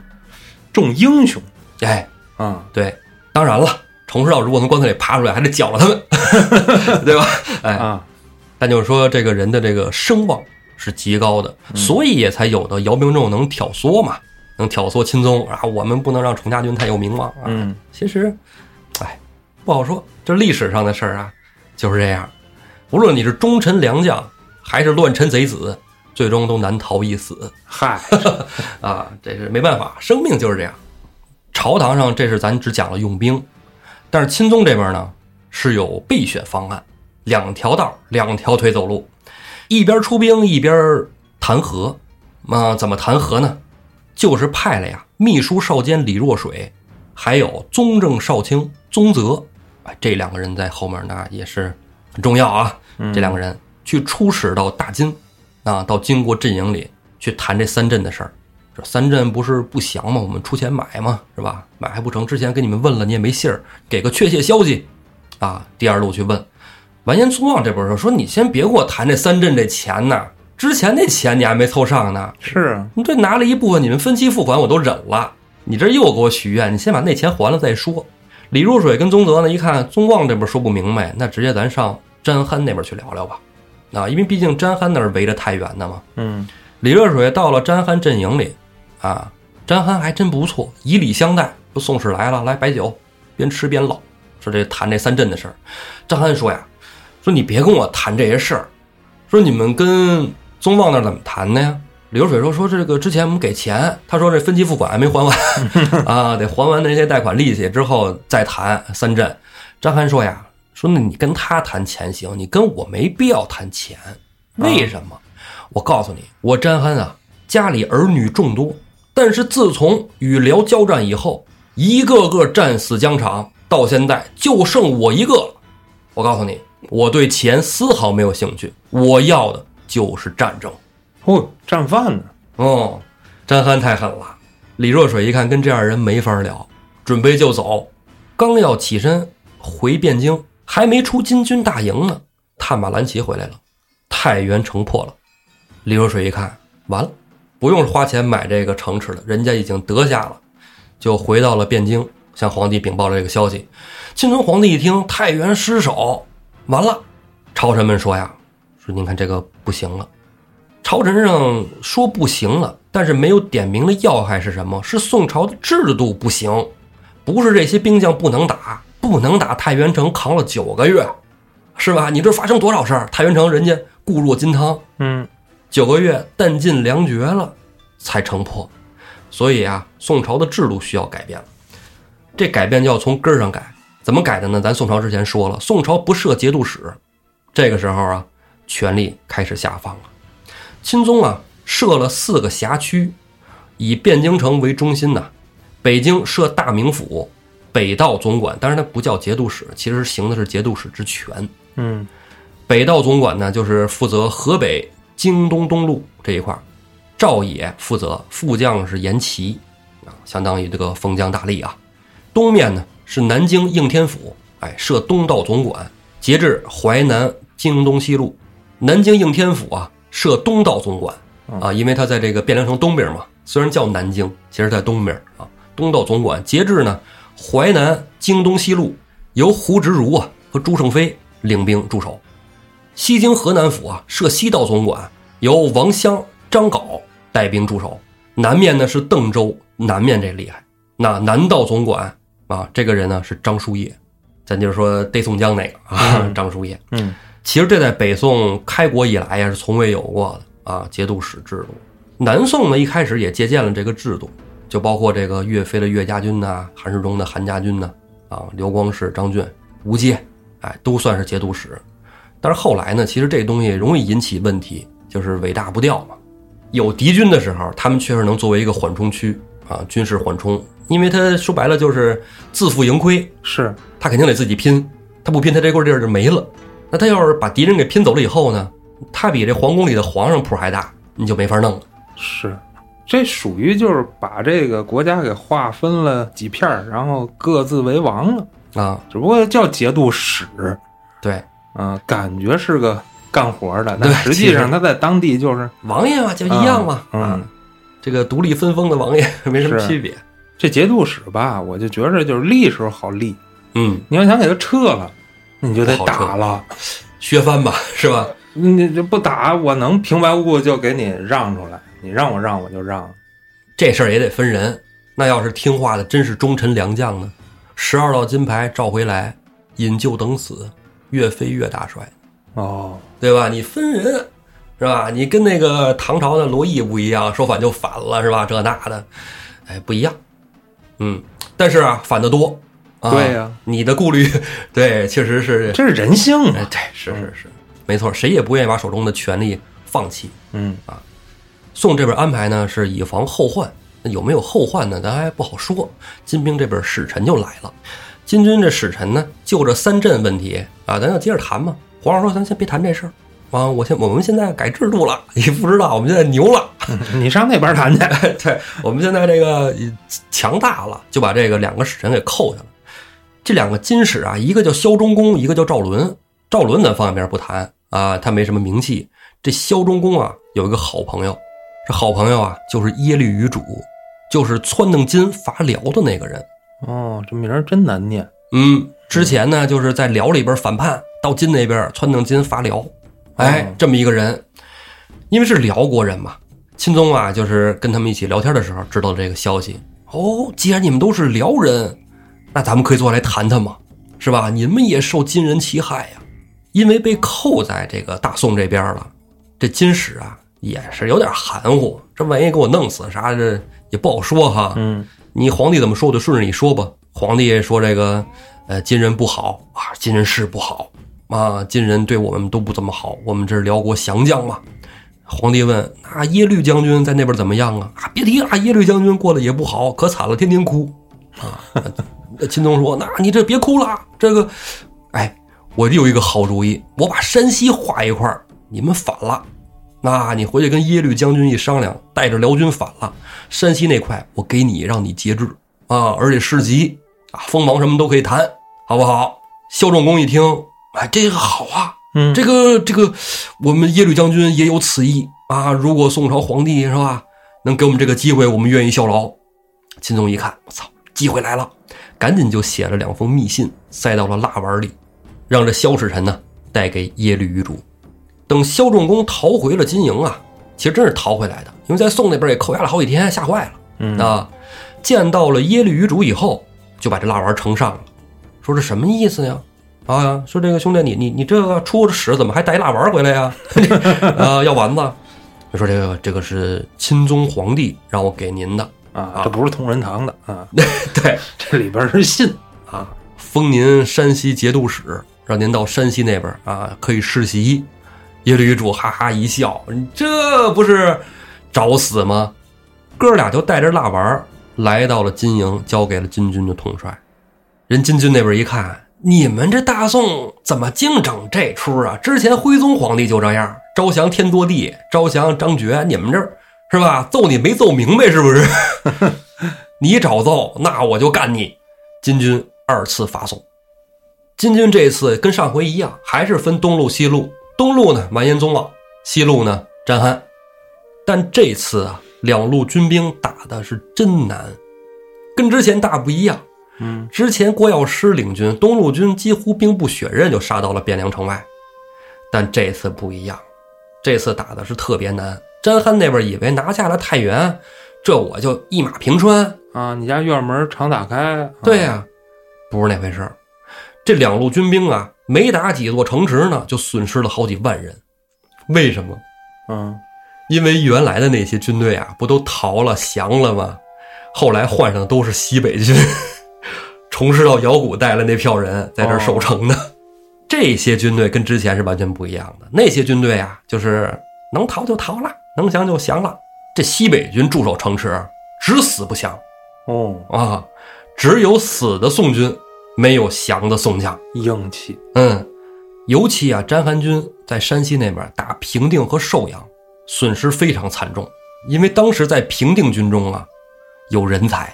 S2: 重英雄
S1: 哎，
S2: 啊，
S1: 对，当然了，崇师道如果从棺材里爬出来，还得绞了他们， 对吧？哎，
S2: 啊，
S1: 但就是说这个人的这个声望是极高的，所以也才有的姚明仲能挑唆嘛，能挑唆钦宗啊，我们不能让崇家军太有名望啊，
S2: 嗯，
S1: 其实，哎，不好说。这历史上的事儿啊，就是这样。无论你是忠臣良将，还是乱臣贼子，最终都难逃一死
S2: 嗨，
S1: 啊！这是没办法，生命就是这样。朝堂上，这是咱只讲了用兵，但是钦宗这边呢是有备选方案，两条道，两条腿走路，一边出兵一边弹劾。那、怎么弹劾呢？就是派了呀，秘书少监李若水，还有宗正少卿宗泽，哎，这两个人在后面那也是很重要啊。这两个人去出使到大金，啊，到金国阵营里去谈这三镇的事儿。这三镇不是不降吗？我们出钱买嘛，是吧？买还不成，之前跟你们问了，你也没信儿，给个确切消息，啊，第二路去问。完颜宗望这边说说你先别给我谈这三镇这钱呐，之前那钱你还没凑上呢，
S2: 是啊，
S1: 你这拿了一部分，你们分期付款我都忍了，你这又给我许愿，你先把那钱还了再说。李若水跟宗泽呢，一看宗望这边说不明白，那直接咱上詹憨那边去聊聊吧，啊，因为毕竟詹憨那儿围着太原呢嘛。
S2: 嗯，
S1: 李若水到了詹憨阵营里，啊，詹憨还真不错，以礼相待。说宋氏来了，来白酒，边吃边唠，说这谈这三镇的事儿。詹憨说呀，说你别跟我谈这些事儿，说你们跟宗望那儿怎么谈的呀？李若水说说这个之前我们给钱，他说这分期付款还没还完啊，得还完那些贷款利息之后再谈三镇。詹憨说呀，说那你跟他谈钱行，你跟我没必要谈钱，为什么？我告诉你，我詹憨啊，家里儿女众多，但是自从与辽交战以后，一个个战死疆场，到现在就剩我一个了。我告诉你，我对钱丝毫没有兴趣，我要的就是战争。
S2: 哦，战犯呢，
S1: 哦，詹憨太狠了，李若水一看跟这样人没法聊，准备就走，刚要起身回汴京，还没出金军大营呢，探马兰奇回来了，太原城破了。李若水一看，完了，不用花钱买这个城池了，人家已经得下了，就回到了汴京，向皇帝禀报了这个消息。钦宗皇帝一听太原失守，完了，朝臣们说呀，说您看这个不行了。朝臣上说不行了，但是没有点明的要害是什么？是宋朝的制度不行，不是这些兵将不能打，不能打太原城扛了九个月，是吧？你这发生多少事儿？太原城人家固若金汤，
S2: 嗯，
S1: 九个月弹尽粮绝了，才城破。所以啊，宋朝的制度需要改变了，这改变就要从根儿上改。怎么改的呢？咱宋朝之前说了，宋朝不设节度使，这个时候啊，权力开始下放了。钦宗啊设了四个辖区，以汴京城为中心呐、北京设大名府、北道总管，当然它不叫节度使，其实行的是节度使之权。
S2: 嗯，
S1: 北道总管呢，就是负责河北京东东路这一块儿，赵野负责副将是严琦，啊，相当于这个封疆大吏啊。东面呢是南京应天府，哎，设东道总管，节制淮南京东西路。南京应天府啊，设东道总管啊，因为它在这个汴梁城东边嘛，虽然叫南京，其实在东边啊。东道总管节制呢，淮南京东西路由胡直儒啊和朱胜非领兵驻守。西京河南府啊，设西道总管，由王襄、张镐带兵驻守。南面呢是邓州，南面这厉害。那南道总管啊，这个人呢是张叔夜，咱就是说逮宋江那个啊，张叔夜。
S2: 嗯，
S1: 其实这在北宋开国以来呀是从未有过的啊，节度使制度。南宋呢一开始也借鉴了这个制度，就包括这个岳飞的岳家军呐、韩世忠的韩家军呐、啊，刘光世、张俊、吴阶，哎，都算是节度使。但是后来呢，其实这东西容易引起问题，就是尾大不掉嘛。有敌军的时候，他们确实能作为一个缓冲区啊，军事缓冲，因为他说白了就是自负盈亏，
S2: 是，
S1: 他肯定得自己拼，他不拼，他这块地儿就没了。那他要是把敌人给拼走了以后呢，他比这皇宫里的皇上谱还大，你就没法弄了。
S2: 是，这属于就是把这个国家给划分了几片儿，然后各自为王了。
S1: 啊，
S2: 只不过叫节度使，
S1: 对，
S2: 嗯、感觉是个干活儿的，
S1: 对
S2: 但实际上他在当地就是
S1: 王爷嘛，就一样嘛，
S2: 嗯
S1: 啊，这个独立分封的王爷没什么
S2: 是
S1: 区别。
S2: 这节度使吧，我就觉着就是立时候好立，
S1: 嗯，
S2: 你要想给他撤了，你就得
S1: 不好撤
S2: 打了，
S1: 削藩吧，是吧？
S2: 你这不打，我能平白无故就给你让出来，你让我让我就让，
S1: 这事儿也得分人。那要是听话的，真是忠臣良将呢？十二道金牌召回来，引咎等死，越飞越大帅，
S2: 哦，
S1: 对吧？你分人是吧？你跟那个唐朝的罗毅不一样，说反就反了是吧？这那的，哎，不一样。嗯，但是啊，反的多。啊
S2: 对呀
S1: 你的顾虑， 对，确实是，
S2: 这是人性
S1: 哎
S2: 啊，，
S1: 对，是是是，没错，谁也不愿意把手中的权力放弃。
S2: 嗯，
S1: 宋这边安排呢是以防后患，那有没有后患呢？咱还不好说。金兵这边使臣就来了，金军这使臣呢，就这三镇问题啊，咱要接着谈嘛。皇上说咱先别谈这事儿啊，我现我们现在改制度了，你不知道我们现在牛了，
S2: 你上那边谈去，
S1: 对我们现在这个强大了，就把这个两个使臣给扣下了。这两个金使啊，一个叫萧忠公，一个叫赵伦。赵伦咱放一边不谈啊，他没什么名气。这萧忠公啊，有一个好朋友，这好朋友啊，就是耶律余主，就是撺弄金伐辽的那个人。
S2: 哦，这名儿真难念，
S1: 嗯，之前呢就是在辽里边反叛，到金那边撺弄金伐辽，哎
S2: 嗯，
S1: 这么一个人，因为是辽国人嘛，钦宗啊就是跟他们一起聊天的时候知道了这个消息。哦，既然你们都是辽人，那咱们可以坐下来谈谈嘛，是吧？你们也受金人其害呀、因为被扣在这个大宋这边了，这金使啊也是有点含糊，这万一给我弄死啥这也不好说哈。
S2: 嗯，
S1: 你皇帝怎么说，我就顺着你说吧。皇帝说这个，呃，金人不好啊，金人是不好啊，金人对我们都不怎么好，我们这是辽国降将嘛。皇帝问：“那耶律将军在那边怎么样啊？”啊，别提了，耶律将军过得也不好，可惨了，天天哭啊。那 钦宗说：“那你这别哭了，这个，哎，我有一个好主意，我把山西划一块儿，你们反了。”那你回去跟耶律将军一商量，带着辽军反了，山西那块我给你，让你节制啊，而且市集啊，锋芒什么都可以谈，好不好？萧仲公一听，哎，这个好啊，
S2: 嗯，
S1: 这个这个，我们耶律将军也有此意啊。如果宋朝皇帝是吧，能给我们这个机会，我们愿意效劳。秦宗一看，我操，机会来了，赶紧就写了两封密信，塞到了蜡丸里，让这萧使臣呢带给耶律余主。等萧仲公逃回了金营啊，其实真是逃回来的，因为在宋那边也扣押了好几天，吓坏了。
S2: 嗯
S1: 啊，见到了耶律余主以后，就把这蜡丸呈上了，说这什么意思呀？啊，说这个兄弟，你你你这个出着使怎么还带一蜡丸回来呀？ 啊，要丸子？说这个这个是钦宗皇帝让我给您的，
S2: 啊，这不是同仁堂的啊，
S1: 对，
S2: 这里边 是信，
S1: 封您山西节度使，让您到山西那边啊可以世袭。耶律余主哈哈一笑，你这不是找死吗？哥俩就带着蜡丸儿来到了金营，交给了金军的统帅。人金军那边一看，你们这大宋怎么净整这出啊？之前徽宗皇帝就这样，招降天祚帝，招降张觉，你们这儿是吧？揍你没揍明白是不是？ 你找揍，那我就干你。金军二次发送。金军这次跟上回一样，还是分东路、西路。东路呢，完颜宗望；西路呢，詹憨。但这次啊，两路军兵打的是真难，跟之前大不一样。
S2: 嗯，
S1: 之前郭药师领军，东路军几乎兵不血刃就杀到了汴梁城外，但这次不一样，这次打的是特别难。詹憨那边以为拿下了太原，这我就一马平川，
S2: 啊，你家院门常打开，啊
S1: 对呀、不是那回事儿。这两路军兵啊，没打几座城池呢，就损失了好几万人。为什么？
S2: 嗯，
S1: 因为原来的那些军队啊，不都逃了、降了吗？后来换上的都是西北军， 重师到姚谷带了那票人在这儿守城的。这些军队跟之前是完全不一样的。那些军队啊，就是能逃就逃了，能降就降了。这西北军驻守城池，只死不降。
S2: 哦，
S1: 啊，只有死的宋军，没有降的宋将。
S2: 硬气，
S1: 嗯，尤其啊，詹韩军在山西那边打平定和寿阳，损失非常惨重。因为当时在平定军中啊，有人才，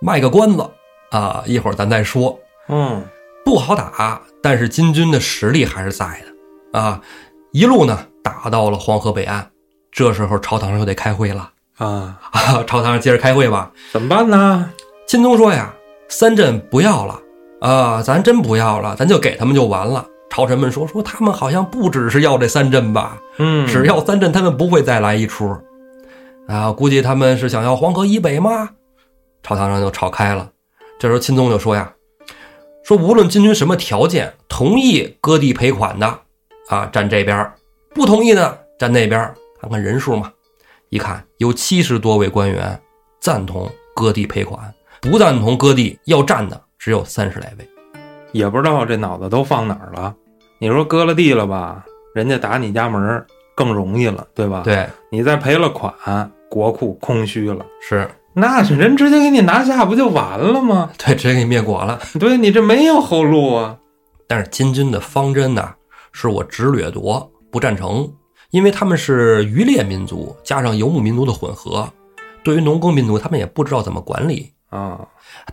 S1: 卖个关子啊，一会儿咱再说。
S2: 嗯，
S1: 不好打，但是金军的实力还是在的啊。一路呢打到了黄河北岸，这时候朝堂上又得开会了
S2: 啊，
S1: 啊，朝堂上接着开会吧。
S2: 怎么办呢？
S1: 钦宗说呀，三镇不要了啊，咱真不要了，咱就给他们就完了。朝臣们说说他们好像不只是要这三镇吧，
S2: 嗯，
S1: 只要三镇他们不会再来一出，啊，估计他们是想要黄河以北吗？朝堂上就吵开了。这时候钦宗就说呀，说无论金军什么条件，同意割地赔款的啊站这边儿，不同意的站那边儿，看看人数嘛。一看有七十多位官员赞同割地赔款，不赞同割地要站的只有三十来位。
S2: 也不知道这脑子都放哪儿了。你说割了地了吧，人家打你家门儿更容易了，对吧？，
S1: 对，
S2: 你再赔了款，国库空虚了，
S1: 是
S2: 那是人直接给你拿下不就完了吗？
S1: 对，直接给你灭国了。
S2: 对你这没有后路啊。
S1: 但是金军的方针呢，是我只掠夺不占城，因为他们是渔猎民族加上游牧民族的混合，对于农耕民族他们也不知道怎么管理。
S2: 啊，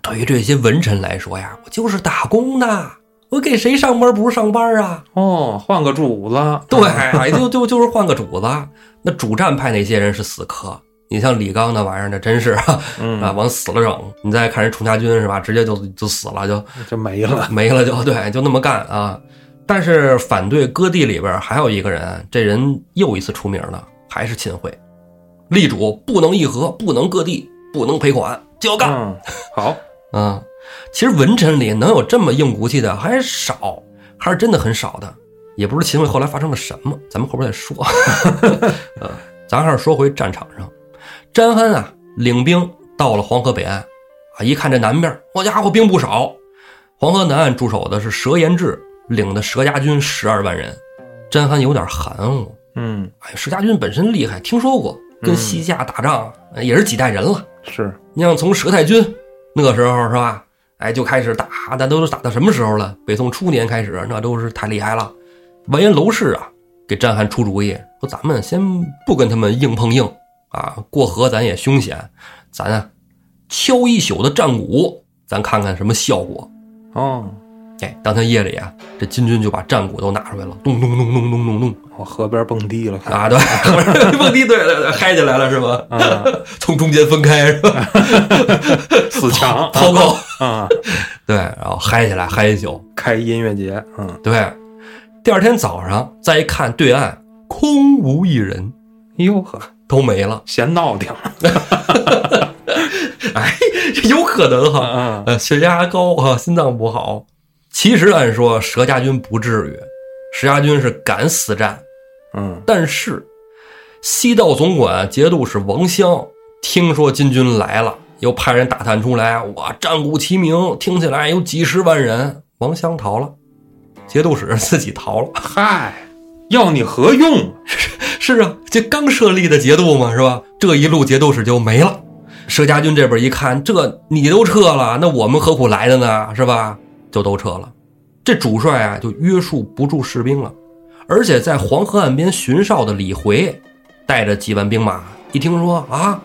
S1: 对于这些文臣来说呀，我就是打工的，我给谁上班不是上班啊？
S2: 哦，换个主子，
S1: 对，哎 就就就是换个主子。那主战派那些人是死磕，你像李纲那玩意儿，那真是 啊，
S2: 嗯
S1: 往死了整。你再看人崇家军是吧，直接就就死了，就
S2: 就没了。
S1: 没了就对，就那么干啊。但是反对割地里边还有一个人，这人又一次出名了，还是秦桧。力主不能议和，不能割地，不能赔款，就要干啊、
S2: 嗯，好，
S1: 嗯其实文臣里能有这么硬骨气的还少，还是真的很少的。也不知秦桧后来发生了什么，咱们后边再说。 呃，咱还是说回战场上，詹憨啊领兵到了黄河北岸，啊，一看这南边，好家伙，兵不少。黄河南岸驻守的是佘延志领的佘家军十二万人，詹憨有点含糊。
S2: 嗯，
S1: 哎，佘家军本身厉害，听说过，跟西夏打仗、呃也是几代人了。
S2: 是，
S1: 你像从佘太君那个时候是吧？哎，就开始打，那都是打到什么时候了？北宋初年开始，那都是太厉害了。完颜娄氏啊，给战韩出主意，说咱们先不跟他们硬碰硬啊，过河咱也凶险，咱啊敲一宿的战鼓，咱看看什么效果。
S2: 哦，
S1: 哎，当天夜里啊，这金军就把战鼓都拿出来了，咚咚咚咚咚咚咚
S2: 我河边蹦迪了，
S1: 啊，对， 蹦迪，对对对，嗨起来了是吧？
S2: 啊，
S1: 从中间分开是吧？
S2: 四强
S1: 抛高，
S2: 啊，
S1: 对，然后嗨起来，嗨一宿，
S2: 开音乐节，嗯，
S1: 对。第二天早上再一看，对岸空无一人，
S2: 哟呵，
S1: 都没了。
S2: 嫌闹挺
S1: 啊
S2: 了，
S1: 哎，这有可能哈。
S2: 嗯
S1: 呃，血压高啊，心脏不好。其实按说佘家军不至于，石家军是敢死战，
S2: 嗯
S1: 但是西道总管节度使王襄听说金军来了，又派人打探出来，哇，战鼓齐鸣，听起来有几十万人。王襄逃了，节度使自己逃了。
S2: 嗨，要你何用？
S1: 是啊，这刚设立的节度嘛，是吧？这一路节度使就没了。佘家军这边一看，这你都撤了，那我们何苦来的呢？是吧？就都撤了。这主帅啊，就约束不住士兵了，而且在黄河岸边巡哨的李逵，带着几万兵马，一听说啊，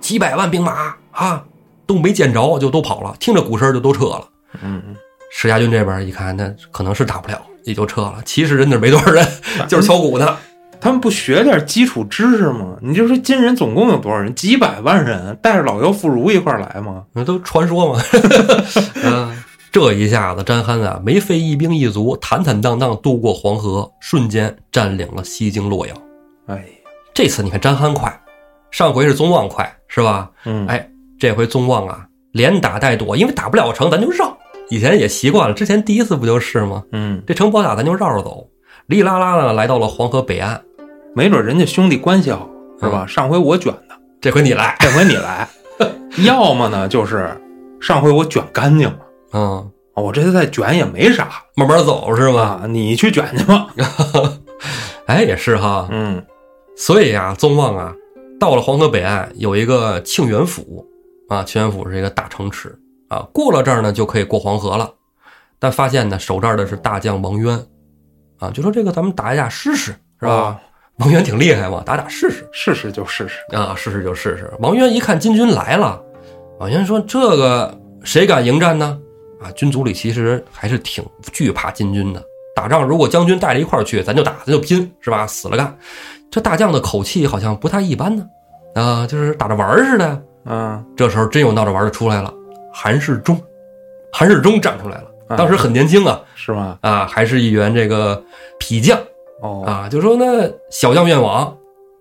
S1: 几百万兵马啊，都没见着，就都跑了，听着鼓声就都撤了。
S2: 嗯，
S1: 石家军这边一看，那可能是打不了，也就撤了。其实人那儿没多少人，就是敲鼓呢。
S2: 他们不学点基础知识吗？你就说金人总共有多少人？几百万人，带着老妖妇孺一块儿来吗？
S1: 那都传说嘛。嗯，这一下子，詹憨啊，没费一兵一卒，坦坦荡荡渡过黄河，瞬间占领了西京洛阳。
S2: 哎，
S1: 这次你看詹憨快，上回是宗望快，是吧？
S2: 嗯，
S1: 哎，这回宗望啊，连打带躲，因为打不了城，咱就绕。以前也习惯了，之前第一次不就是吗？
S2: 嗯，
S1: 这城不好打，咱就绕着走。哩哩啦啦呢，来到了黄河北岸。
S2: 没准人家兄弟关系好，是吧？上回我卷的，
S1: 这回你来，
S2: 这回你来。 要么呢，就是上回我卷干净了，哦
S1: 嗯，
S2: 我这次再卷也没啥
S1: 慢慢走是吧？
S2: 啊，你去卷去吧。
S1: 哎，也是哈，
S2: 嗯
S1: 所以啊，宗望啊，到了黄河北岸有一个庆元府啊，庆元府是一个大城池啊，过了这儿呢就可以过黄河了。但发现呢，守这儿的是大将王渊啊，就说这个咱们打一架试试，是吧？
S2: 啊
S1: 王渊挺厉害嘛，打打试试
S2: 试试就试试。
S1: 啊，试试就试试。王渊一看金军来了，王渊说：“这个谁敢迎战呢？”啊，军组里其实还是挺惧怕金军的。打仗如果将军带着一块儿去，咱就打，咱就拼，是吧？死了干。这大将的口气好像不太一般呢，啊、就是打着玩儿似的。
S2: 嗯
S1: 这时候真有闹着玩儿的出来了，韩世忠，韩世忠站出来了。
S2: 啊
S1: 当时很年轻啊，
S2: 是吗？
S1: 啊，还是一员这个痞将。
S2: 哦，
S1: 啊，就说那小将愿往，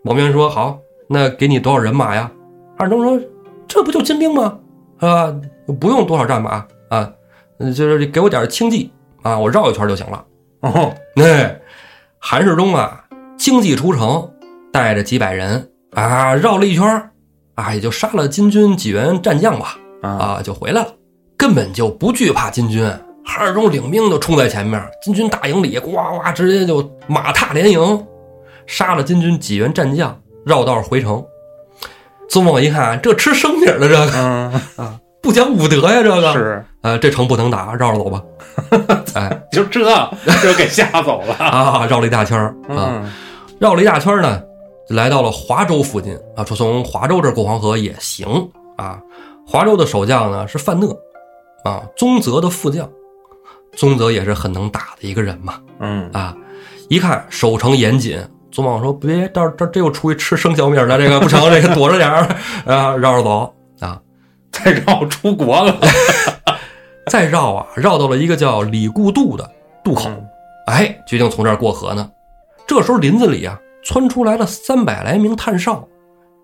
S1: 王渊说好，那给你多少人马呀？二忠说这不就金兵吗？啊，不用多少战马啊，嗯就是给我点轻骑啊，我绕一圈就行了。
S2: 哦，
S1: 那、韩世忠啊，轻骑出城，带着几百人啊，绕了一圈儿啊，也就杀了金军几员战将吧，
S2: 啊，
S1: 啊，就回来了，根本就不惧怕金军。韩世忠领兵就冲在前面，金军大营里呱呱，直接就马踏连营，杀了金军几员战将，绕道回城。宗望一看，这吃生米儿的这个
S2: 嗯，
S1: 不讲武德呀，这个
S2: 是，
S1: 呃，这城不能打，绕着走吧。哎
S2: 就这就给吓走了。
S1: 啊，绕了一大圈儿啊，
S2: 嗯，
S1: 绕了一大圈儿呢，就来到了华州附近啊，说从华州这儿过黄河也行啊。华州的守将呢是范讷，啊，宗泽的副将，宗泽也是很能打的一个人嘛
S2: 嗯，
S1: 啊。一看守城严谨，宗望说别到这这又出去吃生小米儿了，这个不成，这个躲着点儿啊，绕着走啊。
S2: 再绕出国了。
S1: 再绕啊，绕到了一个叫李固渡的渡口，
S2: 嗯
S1: 哎，决定从这儿过河呢。这时候林子里啊，窜出来了三百来名探哨，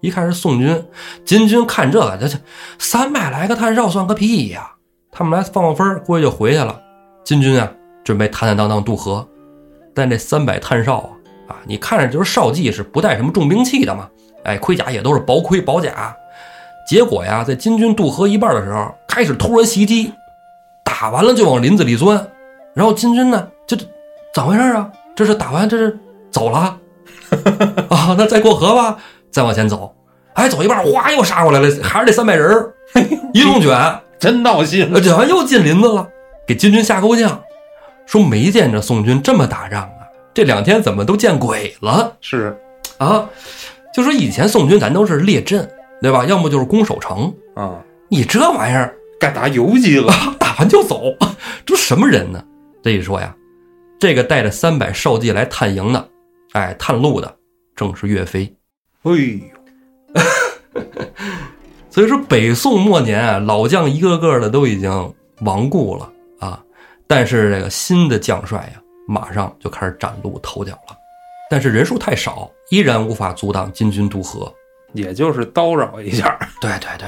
S1: 一看是宋军，金军看这个，这这三百来个探哨算个屁呀、他们来放放分儿，估计就回去了。金军啊，准备坦坦荡荡渡河，但这三百探哨啊，啊，你看着就是少季，是不带什么重兵器的嘛，哎，盔甲也都是薄盔薄甲。结果呀，在金军渡河一半的时候，开始突然袭击，打完了就往林子里钻，然后金军呢，就咋回事儿啊？这是打完这是走了 啊？那再过河吧，再往前走，哎，走一半，哗又杀过来了，还是这三百人儿，一通卷。
S2: 真闹心
S1: 呃，这完又进林子了，给金军吓够呛，说没见着宋军这么打仗啊，这两天怎么都见鬼了
S2: 是，
S1: 啊？就说以前宋军咱都是列阵，对吧？要么就是攻守城，
S2: 啊，
S1: 你这玩意儿
S2: 该打游击 了，
S1: 啪打完就走， 这什么人呢？这一说呀，这个带着三百少计来探营的，哎，探路的正是岳飞。
S2: 哎呦，
S1: 所以说，北宋末年啊，老将一个个的都已经亡故了啊，但是这个新的将帅呀、马上就开始崭露头角了。但是人数太少，依然无法阻挡金军渡河。
S2: 也就是叨扰一下，
S1: 对对对，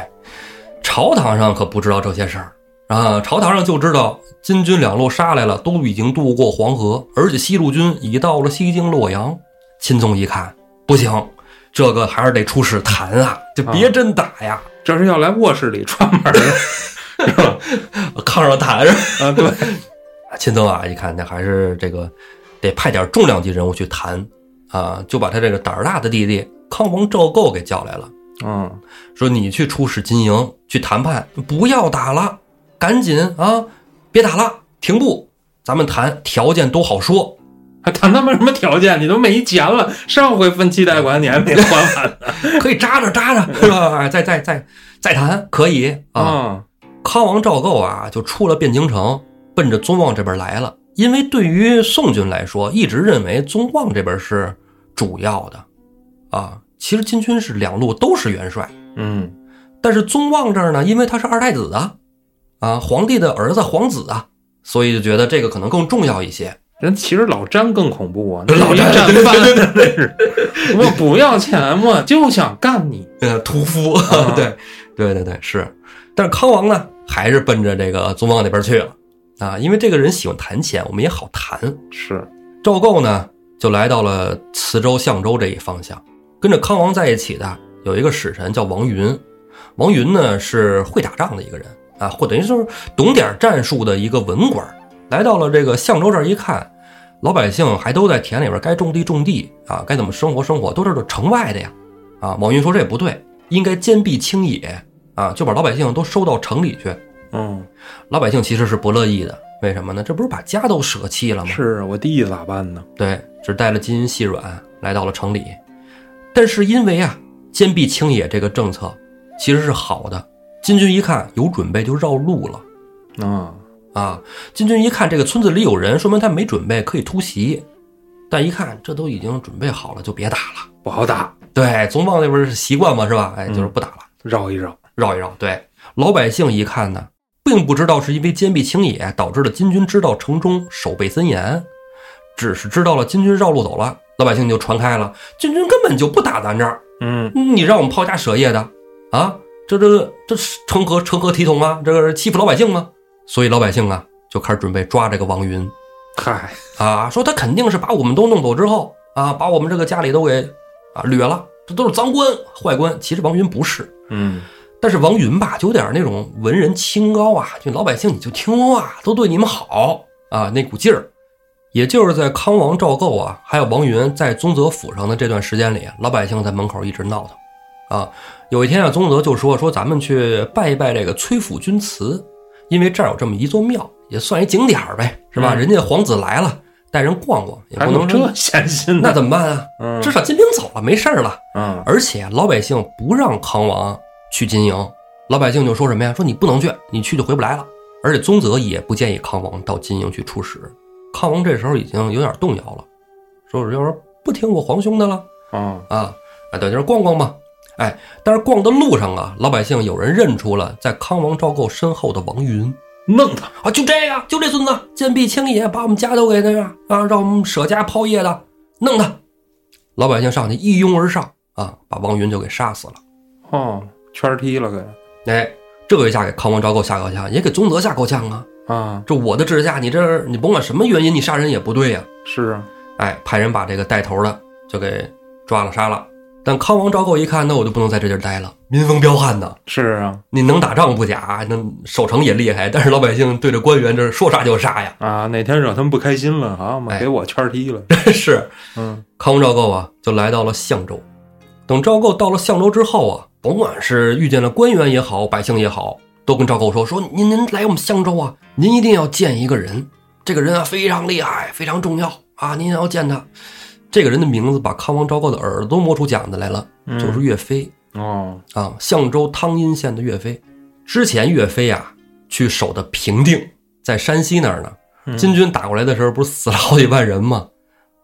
S1: 朝堂上可不知道这些事儿啊，朝堂上就知道金军两路杀来了，都已经渡过黄河，而且西路军已到了西京洛阳。钦宗一看，不行，这个还是得出使谈啊，就别真打呀，
S2: 这是要来卧室里串门儿是吧？
S1: 炕上谈是吧
S2: 啊，对，
S1: 钦宗啊，一看那还是这个得派点重量级人物去谈啊，就把他这个胆儿大的弟弟康王赵构给叫来了，
S2: 嗯，
S1: 说你去出使金营去谈判，不要打了，赶紧啊，别打了，停步，咱们谈条件都好说。
S2: 还谈他妈什么条件？你都没钱了，上回分期贷款你还没还完呢
S1: 可以扎着扎着，是吧？ 哎再再再再谈，可以 啊。
S2: 啊！
S1: 康王赵构啊，就出了汴京城，奔着宗望这边来了。因为对于宋军来说，一直认为宗望这边是主要的，啊，其实金军是两路都是元帅，
S2: 嗯，
S1: 但是宗望这儿呢，因为他是二太子啊，啊，皇帝的儿子皇子啊，所以就觉得这个可能更重要一些。
S2: 人其实老詹更恐怖啊，那
S1: 老詹
S2: 一战
S1: 对对
S2: 犯真是，我不要钱，我就想干你，
S1: 呃，屠夫，
S2: 啊
S1: 对，对对对，是。但是康王呢，还是奔着这个宗望那边去了啊，因为这个人喜欢谈钱，我们也好谈。
S2: 是，
S1: 赵构呢，就来到了磁州、象州这一方向，跟着康王在一起的有一个使臣叫王云，王云呢是会打仗的一个人啊，或等于就是懂点战术的一个文官儿。来到了这个象州这儿一看，老百姓还都在田里边该种地种地啊，该怎么生活生活，都是这城外的呀。啊，王云说这也不对，应该坚壁清野啊，就把老百姓都收到城里去。
S2: 嗯，
S1: 老百姓其实是不乐意的，为什么呢？这不是把家都舍弃了吗？
S2: 是啊我弟咋办呢？
S1: 对，只带了金银细软来到了城里。但是因为啊，坚壁清野这个政策其实是好的，金军一看有准备就绕路了
S2: 啊，
S1: 啊。金军一看这个村子里有人，说明他没准备，可以突袭。但一看这都已经准备好了，就别打了。
S2: 不好打，
S1: 对，总往那边是习惯嘛，是吧？哎，就是不打了，
S2: 绕一绕，
S1: 绕一绕。对，老百姓一看呢，并不知道是因为坚壁清野导致了金军知道城中守备森严，只是知道了金军绕路走了，老百姓就传开了，金军根本就不打咱这儿，
S2: 嗯，
S1: 你让我们抛家舍业的啊，这这这是成何成何体统啊？这是欺负老百姓吗？所以老百姓啊就开始准备抓这个王云
S2: 嗨，
S1: 啊，说他肯定是把我们都弄走之后啊，把我们这个家里都给啊掠了，这都是赃官坏官。其实王云不是，
S2: 嗯，
S1: 但是王云吧，就有点那种文人清高啊，就老百姓你就听话，都对你们好啊，那股劲儿。也就是在康王赵构啊，还有王云在宗泽府上的这段时间里，老百姓在门口一直闹腾啊。有一天啊，宗泽就说说咱们去拜一拜这个崔府君祠，因为这儿有这么一座庙，也算一景点儿呗，是吧？
S2: 嗯
S1: 人家皇子来了，带人逛逛，也
S2: 还
S1: 不能
S2: 有
S1: 说
S2: 这闲心
S1: 那
S2: 呢，
S1: 怎么办啊？
S2: 嗯，
S1: 至少金兵走了，没事儿了。
S2: 嗯，
S1: 而且老百姓不让康王去金营，老百姓就说什么呀？说你不能去，你去就回不来了。而且宗泽也不建议康王到金营去出使。康王这时候已经有点动摇了，说是要是不听我皇兄的了
S2: 啊，
S1: 啊，啊，在这儿逛逛吧。哎，但是逛的路上啊，老百姓有人认出了在康王赵构身后的王云
S2: 弄他，
S1: 啊，就这个，就这孙子坚壁清野，把我们家都给那个啊，让我们舍家抛业的，弄他！老百姓上去一拥而上啊，把王云就给杀死了。
S2: 哦，圈踢了给，
S1: 哎，这一下给康王赵构吓够呛，也给宗泽吓够呛啊！
S2: 啊，
S1: 这我的治下，你这你甭管什么原因，你杀人也不对呀、
S2: 是啊，
S1: 哎，派人把这个带头的就给抓了杀了。但康王赵构一看，那我就不能在这地儿待了，民风彪悍呢。
S2: 是啊，
S1: 你能打仗不假，能守城也厉害，但是老百姓对着官员这说杀就杀呀。
S2: 啊，哪天惹他们不开心了，好嘛，
S1: 哎
S2: 给我圈踢 了，
S1: 是
S2: 嗯，
S1: 康王赵构啊，就来到了象州。等赵构到了象州之后啊，甭管是遇见了官员也好，百姓也好，都跟赵构说：“说您您来我们象州啊，您一定要见一个人，这个人啊非常厉害，非常重要啊，您要见他。这个人的名字把康王昭告的耳朵都摸出茧子来了，
S2: 嗯
S1: 就是岳飞
S2: 哦，
S1: 啊，象州汤阴县的岳飞。之前岳飞啊去守的平定，在山西那儿呢，
S2: 嗯
S1: 金军打过来的时候，不是死了好几万人吗？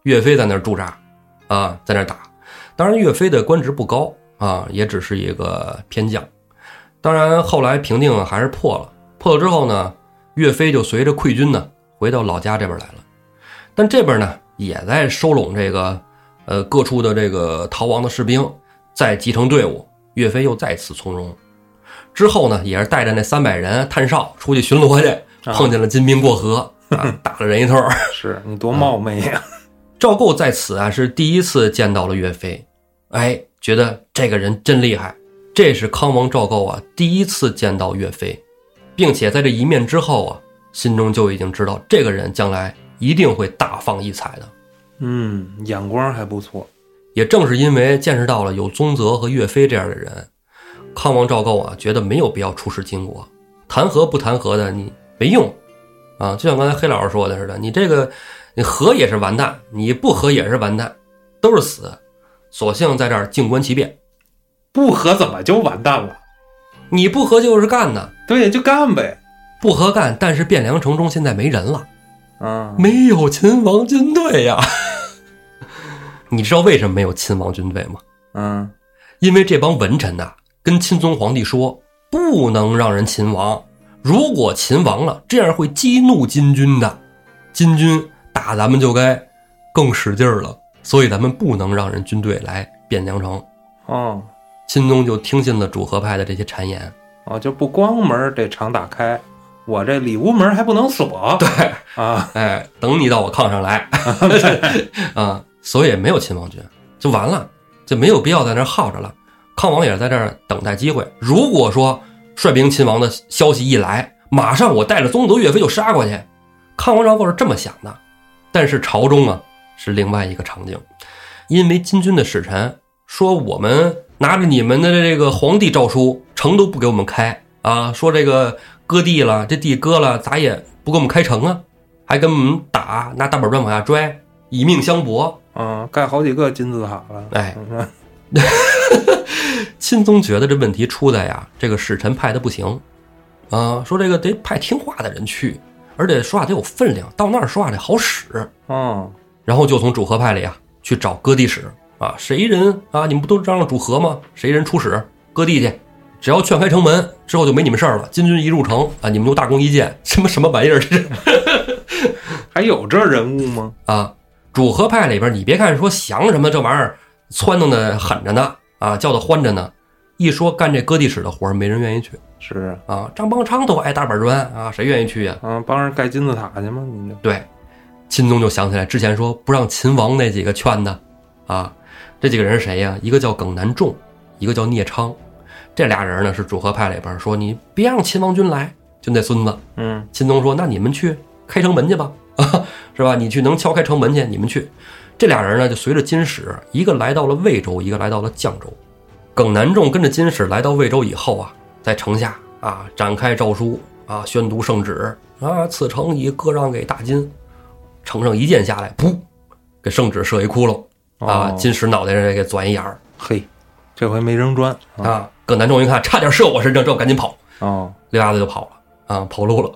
S1: 岳飞在那儿驻扎，啊，在那儿打。当然，岳飞的官职不高啊，也只是一个偏将。当然，后来平定还是破了，破了之后呢，岳飞就随着溃军呢回到老家这边来了。但这边呢，也在收拢这个呃各处的这个逃亡的士兵，再集成队伍。岳飞又再次从容。之后呢，也是带着那三百人探哨出去巡逻去，
S2: 啊
S1: 碰见了金兵过河，啊，打了人一通。
S2: 是你多冒昧呀、
S1: 赵构在此啊是第一次见到了岳飞，哎，觉得这个人真厉害。这是康王赵构啊第一次见到岳飞，并且在这一面之后啊，心中就已经知道这个人将来一定会大放异彩的。
S2: 嗯，眼光还不错。
S1: 也正是因为见识到了有宗泽和岳飞这样的人，康王赵构啊觉得没有必要出使金国，弹劾不弹劾的你没用啊。就像刚才黑老师说的似的，你这个你和也是完蛋，你不和也是完蛋，都是死。索性在这儿静观其变，
S2: 不和怎么就完蛋了？
S1: 你不和就是干呢，
S2: 对，就干呗。
S1: 不和干。但是汴梁城中现在没人了，
S2: 啊，
S1: 没有秦王军队呀。 你知道为什么没有秦王军队吗？
S2: 嗯，
S1: 因为这帮文臣呐、跟钦宗皇帝说，不能让人秦王。如果秦王了，这样会激怒金军的，金军打咱们就该更使劲儿了。所以咱们不能让人军队来汴梁城。
S2: 哦，
S1: 钦宗就听信了主和派的这些谗言，
S2: 哦，就不光门得常打开，我这里屋门还不能锁。对啊，
S1: 哎，等你到我炕上来，啊，所以没有秦王军就完了，就没有必要在那儿耗着了。康王也是在这儿等待机会。如果说率兵秦王的消息一来，马上我带着宗泽、岳飞就杀过去。康王赵构是这么想的，但是朝中啊是另外一个场景，因为金军的使臣说我们拿着你们的这个皇帝诏书，城都不给我们开啊，说这个割地了，这地割了，咋也不给我们开城啊？还跟我们打，拿大板砖往下拽，以命相搏。
S2: 嗯，盖好几个金字塔了。
S1: 哎
S2: 嗯，
S1: 钦宗觉得这问题出在呀，这个使臣派的不行，啊，说这个得派听话的人去，而且说话得有分量，到那儿说话得好使。
S2: 哦，
S1: 然后就从主和派里啊去找割地使啊，谁人啊？你们不都嚷嚷主和吗？谁人出使割地去？只要劝开城门之后就没你们事儿了。金军一入城啊，你们就大功一件，什么什么玩意儿这是？
S2: 还有这人物吗？
S1: 啊，主和派里边，你别看说降什么这玩意儿，撺弄的狠着呢，啊，叫的欢着呢。一说干这割地使的活儿，没人愿意去
S2: 是，
S1: 啊。张邦昌都爱大板砖啊，谁愿意去呀、
S2: 嗯，帮人盖金字塔去吗？你就
S1: 对，钦宗就想起来之前说不让秦王那几个劝的，啊，这几个人是谁呀、一个叫耿南仲，一个叫聂昌，这俩人呢是主和派里边说你别让秦王军来，就那孙子。
S2: 嗯
S1: 秦宗说：“那你们去开城门去吧， 啊，是吧？你去能敲开城门去，你们去。”这俩人呢，就随着金使，一个来到了魏州，一个来到了绛州。耿南仲跟着金使来到魏州以后啊，在城下啊展开诏书啊，宣读圣旨啊，此城已割让给大金。城上一箭下来，噗，给圣旨射一窟窿啊，
S2: 哦
S1: 金使脑袋上给钻一眼儿
S2: 嘿，这回没扔砖啊。
S1: 啊。耿南仲一看，差点射我身上，这我赶紧跑。
S2: 哦，
S1: 溜达子就跑了啊，跑路了。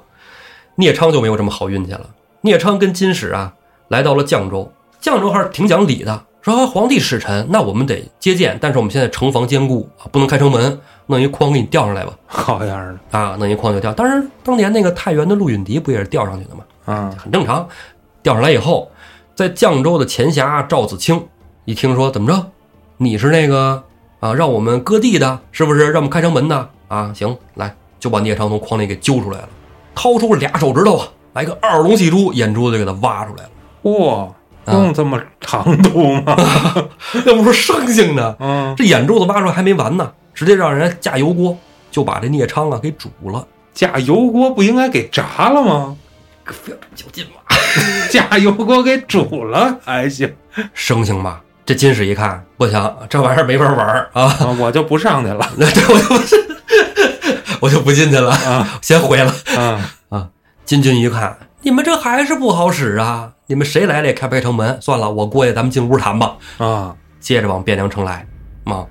S1: 聂昌就没有这么好运气了。聂昌跟金使啊来到了绛州，绛州还是挺讲理的，说、啊皇帝使臣，那我们得接见，但是我们现在城防坚固啊，不能开城门，弄一筐给你吊上来吧
S2: 好样儿的
S1: 啊，弄一筐就吊。当然，当年那个太原的陆允迪不也是吊上去的吗？
S2: 啊！
S1: 很正常。调上来以后，在绛州的前辖赵子清一听说，怎么着，你是那个啊，让我们割地的，是不是？让我们开城门的啊？行，来，就把聂昌从筐里给揪出来了，掏出俩手指头啊，来个二龙戏珠，眼珠子就给他挖出来了。
S2: 哇，弄这么长度吗？
S1: 要不说生性呢，
S2: 嗯，
S1: 这眼珠子挖出来还没完呢，直接让人架油锅就把这聂昌啊给煮了，
S2: 架油锅不应该给炸了吗？
S1: 就近吧。
S2: 架油锅给煮了还行，
S1: 生性吧，这金使一看不行，这玩意儿没法玩儿啊。
S2: 啊我就不上去了
S1: 那对我就不是，我就不进去了，
S2: 啊
S1: 先回了。
S2: 啊！
S1: 金军一看，你们这还是不好使啊！你们谁来了也开不开城门？算了，我过去，咱们进屋谈吧。
S2: 啊，
S1: 接着往汴梁城来。啊，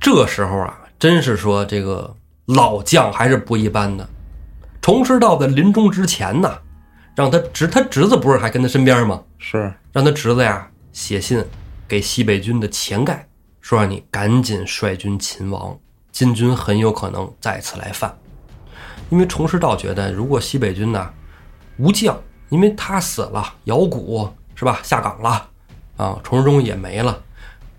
S1: 这时候啊，真是说这个老将还是不一般的。崇师道在临终之前呢，让他侄他侄子不是还跟他身边吗？
S2: 是
S1: 让他侄子呀写信给西北军的钱盖，说让你赶紧率军擒王，金军很有可能再次来犯。因为崇师道觉得，如果西北军呢无将，因为他死了，姚古是吧下岗了，啊，崇世忠也没了，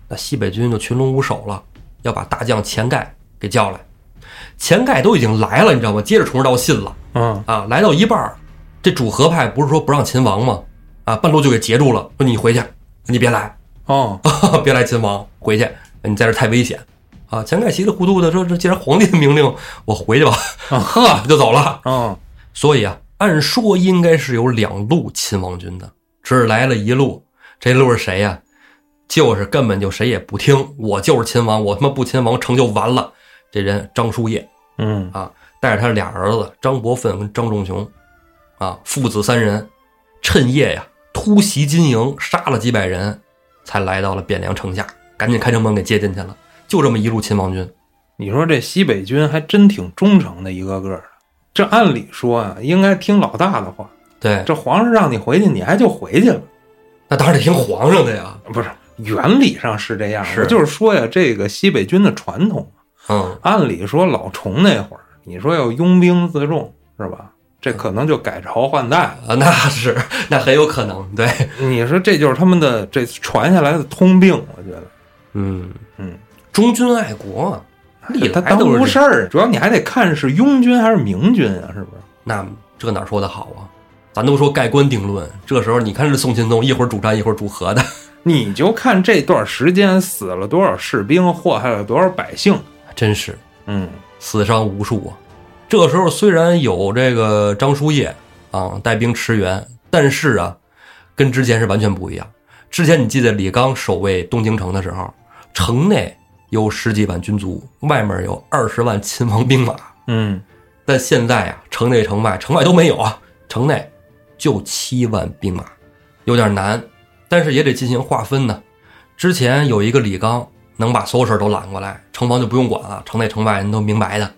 S1: 那西北军就群龙无首了，要把大将钱盖给叫来。钱盖都已经来了，你知道吗？接着崇师道信了
S2: 嗯
S1: 啊，来到一半儿，这主和派不是说不让秦王吗？啊，半路就给截住了，说你回去，你别来，
S2: 哦，
S1: 别来秦王，回去，你在这儿太危险。啊，钱盖稀里糊涂的说：“这既然皇帝的命令，我回去吧。”呵，就走了。
S2: 哦，
S1: 所以啊，按说应该是有两路秦王军的，只是来了一路。这路是谁呀、就是根本就谁也不听，我就是秦王，我他妈不秦王成就完了。这人张叔夜
S2: 嗯
S1: 啊，带着他俩儿子张伯奋跟张仲雄，啊，父子三人趁夜呀、突袭金营，杀了几百人，才来到了汴梁城下，赶紧开城门给接进去了。就这么一路秦王军，
S2: 你说这西北军还真挺忠诚的，一个个的。这按理说啊，应该听老大的话。
S1: 对，
S2: 这皇上让你回去，你还就回去了，
S1: 那当然得听皇上的呀。
S2: 不是？原理上是这样，
S1: 是
S2: 我就是说呀，这个西北军的传统，
S1: 嗯，
S2: 按理说老崇那会儿，你说要拥兵自重是吧？这可能就改朝换代
S1: 啊，
S2: 了。
S1: 那是，那很有可能，对。
S2: 你说这就是他们的这传下来的通病，我觉得，
S1: 嗯，
S2: 嗯，
S1: 忠君爱国啊，历
S2: 他
S1: 来
S2: 当
S1: 都
S2: 不
S1: 是这
S2: 事儿。啊主要你还得看是拥军还是明军啊，是不是？
S1: 那这哪说的好啊？咱都说盖棺定论，这时候你看这宋钦宗一会儿主战一会儿主和的，
S2: 你就看这段时间死了多少士兵，祸害了多少百姓。
S1: 真是
S2: 嗯，
S1: 死伤无数啊。这时候虽然有这个张叔夜啊带兵驰援，但是啊，跟之前是完全不一样。之前你记得李纲守卫东京城的时候，城内有十几万军卒，外面有二十万秦王兵马，
S2: 嗯，
S1: 但现在啊，城内城外城外都没有啊，城内就七万兵马，啊有点难，但是也得进行划分呢。之前有一个李纲能把所有事儿都揽过来，城防就不用管了，城内城外人都明白的。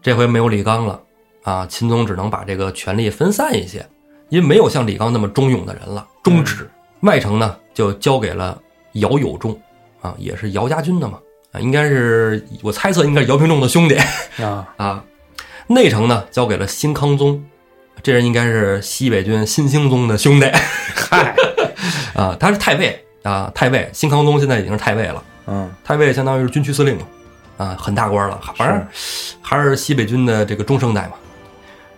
S1: 这回没有李纲了啊，秦宗只能把这个权力分散一些，因为没有像李纲那么忠勇的人了，忠直。外城呢就交给了姚有仲啊，也是姚家军的嘛啊，应该是我猜测应该是姚平仲的兄弟。
S2: 啊，
S1: 啊，内城呢交给了新康宗，这人应该是西北军新兴宗的兄弟
S2: 嗨，
S1: 啊，他是太尉啊，太尉新康宗现在已经是太尉了，
S2: 嗯，
S1: 太尉相当于是军区司令了啊，很大官了，反正还是西北军的这个中生代嘛。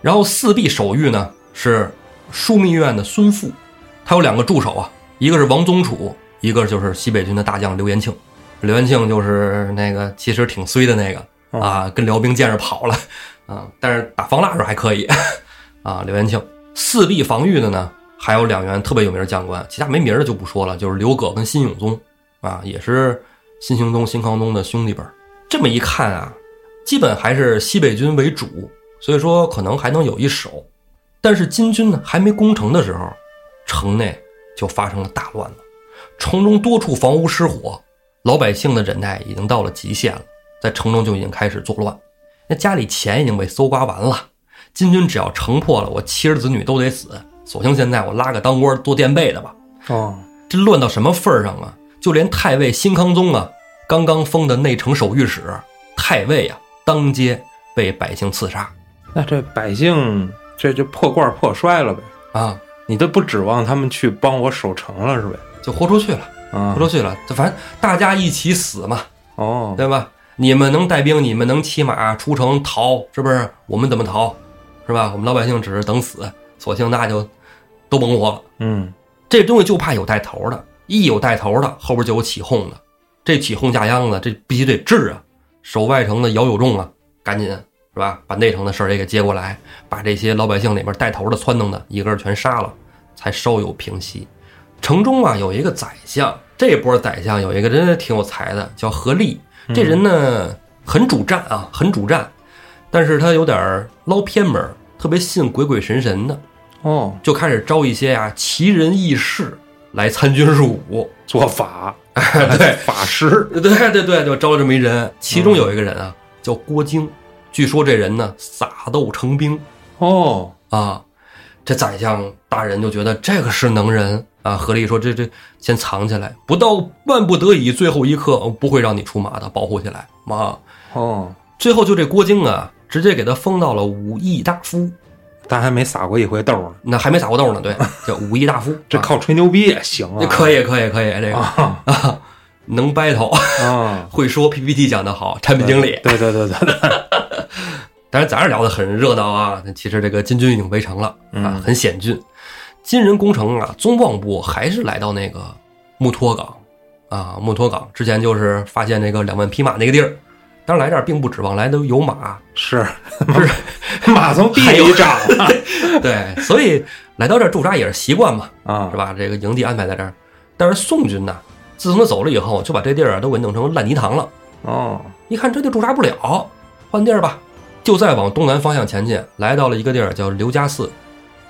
S1: 然后四壁守御呢是枢密院的孙富，他有两个助手啊，一个是王宗楚，一个就是西北军的大将刘延庆。刘延庆就是那个其实挺衰的那个
S2: 嗯
S1: 啊，跟辽兵见着跑了 啊，但是打防蜡时候还可以 啊。刘延庆四壁防御的呢，还有两员特别有名的将官，其他没名儿的就不说了，就是刘葛跟辛永宗啊，也是新兴宗、新康宗的兄弟本儿。这么一看啊，基本还是西北军为主，所以说可能还能有一手。但是金军呢还没攻城的时候，城内就发生了大乱了，城中多处房屋失火，老百姓的忍耐已经到了极限了，在城中就已经开始作乱。那家里钱已经被搜刮完了，金军只要城破了，我妻儿子女都得死。索性现在我拉个当官做垫背的吧。
S2: 哦，
S1: 这乱到什么份儿上啊？就连太尉新康宗啊，刚刚封的内城守御史太尉啊，当街被百姓刺杀
S2: 那这百姓这就破罐破摔了呗。
S1: 啊，
S2: 你都不指望他们去帮我守城了是呗？
S1: 就豁出去了，
S2: 啊
S1: 豁，出去了。这反正大家一起死嘛，
S2: 哦，
S1: 对吧？你们能带兵，你们能骑马出城逃，是不是？我们怎么逃？是吧？我们老百姓只是等死，索性那就都甭活了。
S2: 嗯，
S1: 这东西就怕有带头的，一有带头的，后边就有起哄的。这起哄架秧子，这必须得治啊！守外城的姚有仲啊，赶紧是吧，把内城的事儿也给接过来，把这些老百姓里面带头的、撺弄的，一个个全杀了，才稍有平息。城中啊有一个宰相，这波宰相有一个真的挺有才的，叫何立。这人呢很主战啊，很主战，但是他有点儿捞偏门儿，特别信鬼鬼神神的。
S2: 哦，
S1: 就开始招一些呀、奇人异士来参军入伍。
S2: 做 法，
S1: 对，
S2: 法 师，
S1: 对对对，就招了这么一人，其中有一个人啊、叫郭靖，据说这人呢撒豆成兵
S2: 哦，
S1: 啊，这宰相大人就觉得这个是能人啊，合力说这这先藏起来，不到万不得已最后一刻，我哦不会让你出马的，保护起来啊。
S2: 哦，
S1: 最后就这郭靖啊，直接给他封到了武义大夫，
S2: 但还没撒过一回豆呢，
S1: 那还没撒过豆呢， 对，叫武义大夫，
S2: 这
S1: 啊
S2: 靠吹牛逼也行啊，
S1: 这可以可以可以，这个
S2: 啊
S1: 啊， 能 battle，
S2: 啊，
S1: 会说 PPT 讲得好，产品经理。
S2: 对对对对对，
S1: 当然，咱这聊得很热闹啊。那其实这个金军已经围城了啊
S2: 嗯，
S1: 很险峻。金人攻城啊，宗望部还是来到那个木托港啊，木托港之前就是发现那个两万匹马那个地儿。当然来这儿并不指望来的有 马，
S2: 是是，马从地里长
S1: 对，所以来到这儿驻扎也是习惯嘛，
S2: 啊
S1: 是，吧？这个营地安排在这儿。但是宋军呢，自从他走了以后，就把这地儿啊都给弄成烂泥塘了。
S2: 哦，
S1: 一看这就驻扎不了，换地儿吧。就再往东南方向前进，来到了一个地儿叫刘家寺。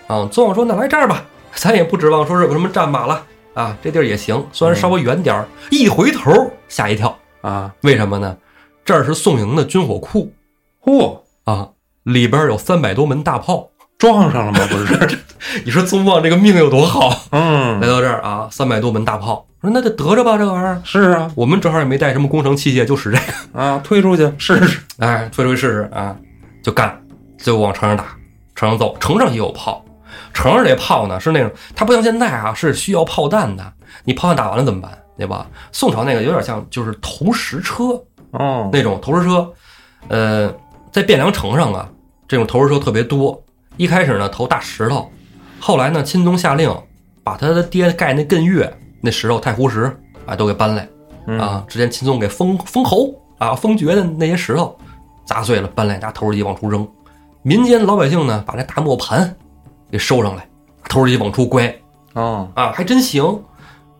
S1: 啊，宗望说：“那来这儿吧，咱也不指望说是有什么战马了啊，这地儿也行，虽然稍微远点儿。一回头吓一跳，
S2: 啊，
S1: 为什么呢？这儿是宋营的军火库
S2: 嚯，
S1: 啊，里边有三百多门大炮。
S2: 撞上了吗？不是，
S1: 你说宗望这个命有多好？来
S2: 嗯，
S1: 到这儿啊，三百多门大炮，我说那就得着吧，这个玩意儿。
S2: 是啊
S1: 我们正好也没带什么工程器械，就使这个，
S2: 啊，推出去试试，
S1: 哎，推出去试试啊，就干，就往城上打，城上揍，城上也有炮，城上这炮呢是那种，它不像现在啊是需要炮弹的，你炮弹打完了怎么办，对吧？宋朝那个有点像就是投石车
S2: 哦，
S1: 那种投石车，呃，在汴梁城上啊，这种投石车特别多，一开始呢投大石头，后来呢钦宗下令把他的爹盖那艮岳那石头太湖石啊都给搬来。
S2: 嗯，
S1: 啊，之前秦宋给封封侯啊、封爵的那些石头砸碎了，搬来拿投石机往出扔。民间老百姓呢，把那大磨盘给收上来，投石机往出拐
S2: 哦，
S1: 啊，还真行，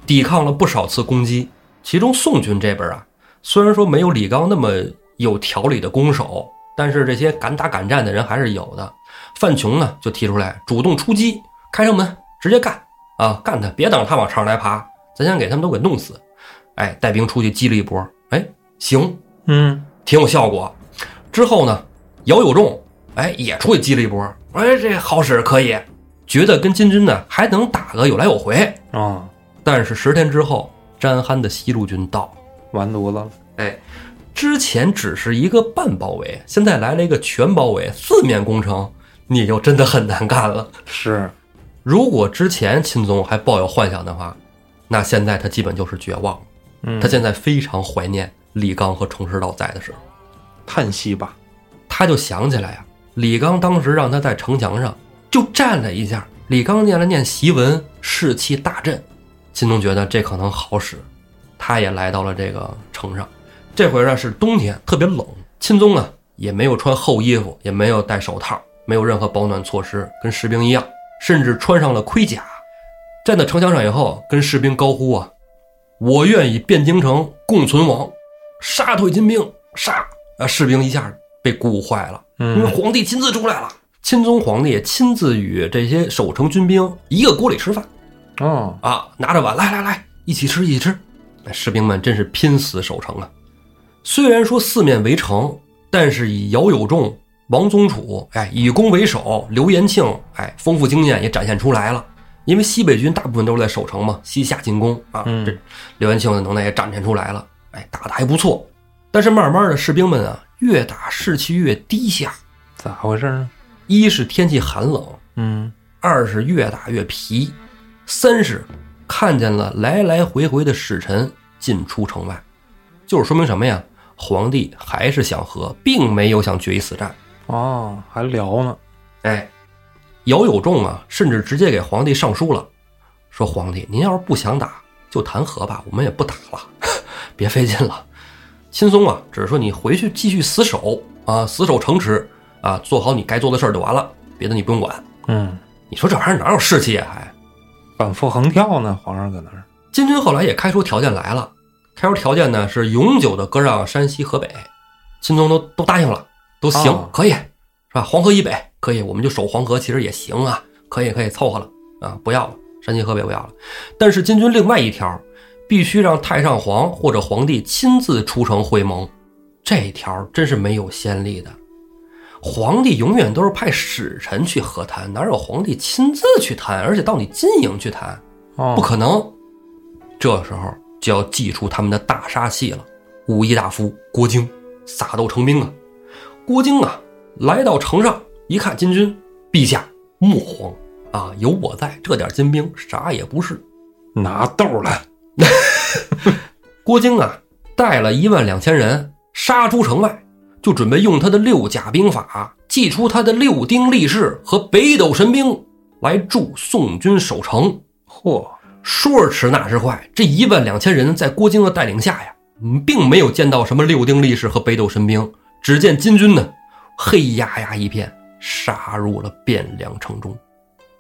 S1: 抵抗了不少次攻击。其中宋军这边啊，虽然说没有李纲那么有条理的攻守，但是这些敢打敢战的人还是有的。范琼呢就提出来主动出击，开上门直接干啊，干他，别等着他往上来爬，咱先给他们都给弄死。哎，带兵出去激了一波，哎，行，
S2: 嗯，
S1: 挺有效果。之后呢，姚有仲哎也出去激了一波，哎，这好使可以，觉得跟金军呢还能打个有来有回。
S2: 哦，
S1: 但是十天之后，詹憨的西路军到了。
S2: 完犊子了，
S1: 哎，之前只是一个半包围，现在来了一个全包围，四面攻城，你就真的很难干了。
S2: 是，
S1: 如果之前钦宗还抱有幻想的话，那现在他基本就是绝望。
S2: 嗯，
S1: 他现在非常怀念李纲和程师道在的时候，
S2: 叹息吧，
S1: 他就想起来呀、李纲当时让他在城墙上就站了一下，李纲念了念檄文，士气大振。金宗觉得这可能好使，他也来到了这个城上。这回呢是冬天，特别冷。钦宗呢也没有穿厚衣服，也没有戴手套，没有任何保暖措施，跟士兵一样，甚至穿上了盔甲，站在城墙上以后，跟士兵高呼啊：“我愿与汴京城共存亡，杀退金兵，杀！”啊，士兵一下被鼓舞坏了，因为
S2: 嗯，
S1: 皇帝亲自出来了。钦宗皇帝亲自与这些守城军兵一个锅里吃饭。
S2: 哦，
S1: 啊，拿着碗来来来，一起吃一起吃。哎士兵们真是拼死守城啊！虽然说四面围城，但是以姚有仲、王宗楚，哎，以攻为守，刘延庆，哎，丰富经验也展现出来了。因为西北军大部分都是在守城嘛，西下进攻啊，
S2: 嗯
S1: 这刘延庆的能耐也展现出来了，哎，打的还不错。但是慢慢的，士兵们啊，越打士气越低下，
S2: 咋回事呢？
S1: 一是天气寒冷，
S2: 嗯，
S1: 二是越打越疲，三是看见了来来回回的使臣进出城外，就是说明什么呀？皇帝还是想和，并没有想决一死战。
S2: 哦，还聊呢，
S1: 哎，姚有仲啊，甚至直接给皇帝上书了，说皇帝，您要是不想打，就谈和吧，我们也不打了， 别费劲了。钦松啊，只是说你回去继续死守啊，死守城池啊，做好你该做的事儿就完了，别的你不用管。
S2: 嗯，
S1: 你说这玩意儿哪有士气啊？还、
S2: 反复横跳呢，皇上搁那儿，
S1: 金军后来也开出条件来了，开出条件呢是永久的割让山西、河北，钦宗都都答应了，都行，
S2: 哦
S1: 可以是吧？黄河以北可以，我们就守黄河，其实也行啊，可以可以凑合了啊，不要了，山西河北不要了。但是金军另外一条，必须让太上皇或者皇帝亲自出城会盟，这一条真是没有先例的。皇帝永远都是派使臣去和谈，哪有皇帝亲自去谈，而且到你金营去谈，
S2: 哦
S1: 不可能。这时候就要祭出他们的大杀器了。武义大夫郭京撒豆成兵啊！郭京啊，来到城上一看金军，陛下莫慌啊，有我在，这点金兵啥也不是。
S2: 拿豆来，
S1: 郭京啊，带了一万两千人杀出城外，就准备用他的六甲兵法，祭出他的六丁力士和北斗神兵来助宋军守城。
S2: 嚯，
S1: 说时迟，那时快，这一万两千人在郭京的带领下呀，嗯并没有见到什么六丁力士和北斗神兵，只见金军呢，黑压压一片，杀入了汴梁城中。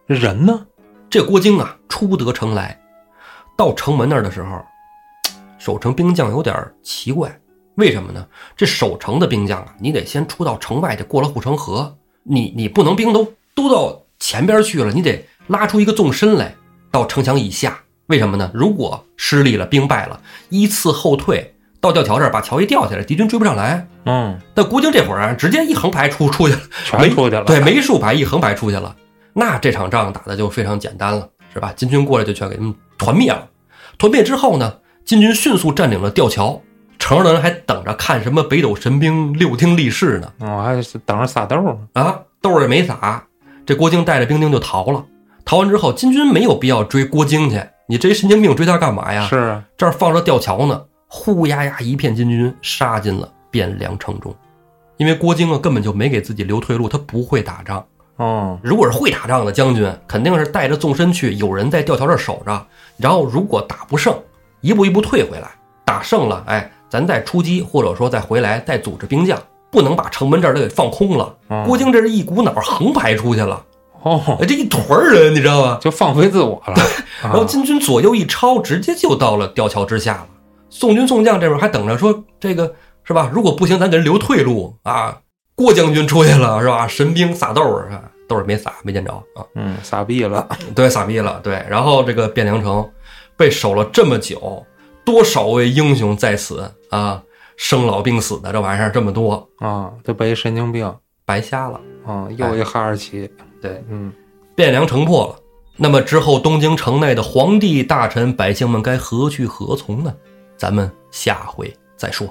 S2: 这人呢？
S1: 这郭京啊，出得城来，到城门那儿的时候，守城兵将有点奇怪，为什么呢？这守城的兵将啊，你得先出到城外，得过了护城河，你你不能兵都都到前边去了，你得拉出一个纵深来，到城墙以下。为什么呢？如果失利了，兵败了，依次后退到吊桥这儿，把桥一吊起来，敌军追不上来。
S2: 嗯，
S1: 但郭京这会儿啊，直接一横排出出去了，
S2: 全出去了。
S1: 对，没竖排一横排出去了，那这场仗打的就非常简单了，是吧？金军过来就全给他们团灭了。团灭之后呢，金军迅速占领了吊桥，城上的人还等着看什么北斗神兵、六听力士呢。
S2: 嗯，我还是等着撒豆呢。
S1: 啊，豆儿也没撒，这郭京带着兵丁就逃了。逃完之后，金军没有必要追郭京去，你这神经病追他干嘛哎呀？
S2: 是啊，
S1: 这儿放着吊桥呢，呼呀呀一片金军杀进了汴梁城中。因为郭京啊根本就没给自己留退路，他不会打仗。
S2: 嗯，
S1: 如果是会打仗的将军，肯定是带着纵深去，有人在吊桥这儿守着，然后如果打不胜，一步一步退回来，打胜了，哎，咱再出击，或者说再回来，再组织兵将，不能把城门这儿都给放空了。
S2: 嗯
S1: 郭靖这是一股脑儿横排出去了，
S2: 哦，
S1: 哎，这一团儿人，你知道吗？
S2: 就放飞自我 了。啊
S1: 然后金军左右一抄，直接就到了吊桥之下了。宋军宋将这边还等着说这个是吧？如果不行，咱给人留退路啊。郭将军出去了是吧？神兵撒豆儿，啊豆儿没撒，没见着啊。
S2: 嗯，撒币了。
S1: 对，傻逼了，对。然后这个汴梁城被守了这么久，多少位英雄在此啊，生老病死的这玩意儿这么多，
S2: 啊，就被一神经病
S1: 白瞎了。
S2: 啊，又一哈士奇。
S1: 对，
S2: 嗯，
S1: 汴梁城破了，那么之后东京城内的皇帝、大臣、百姓们该何去何从呢？咱们下回再说。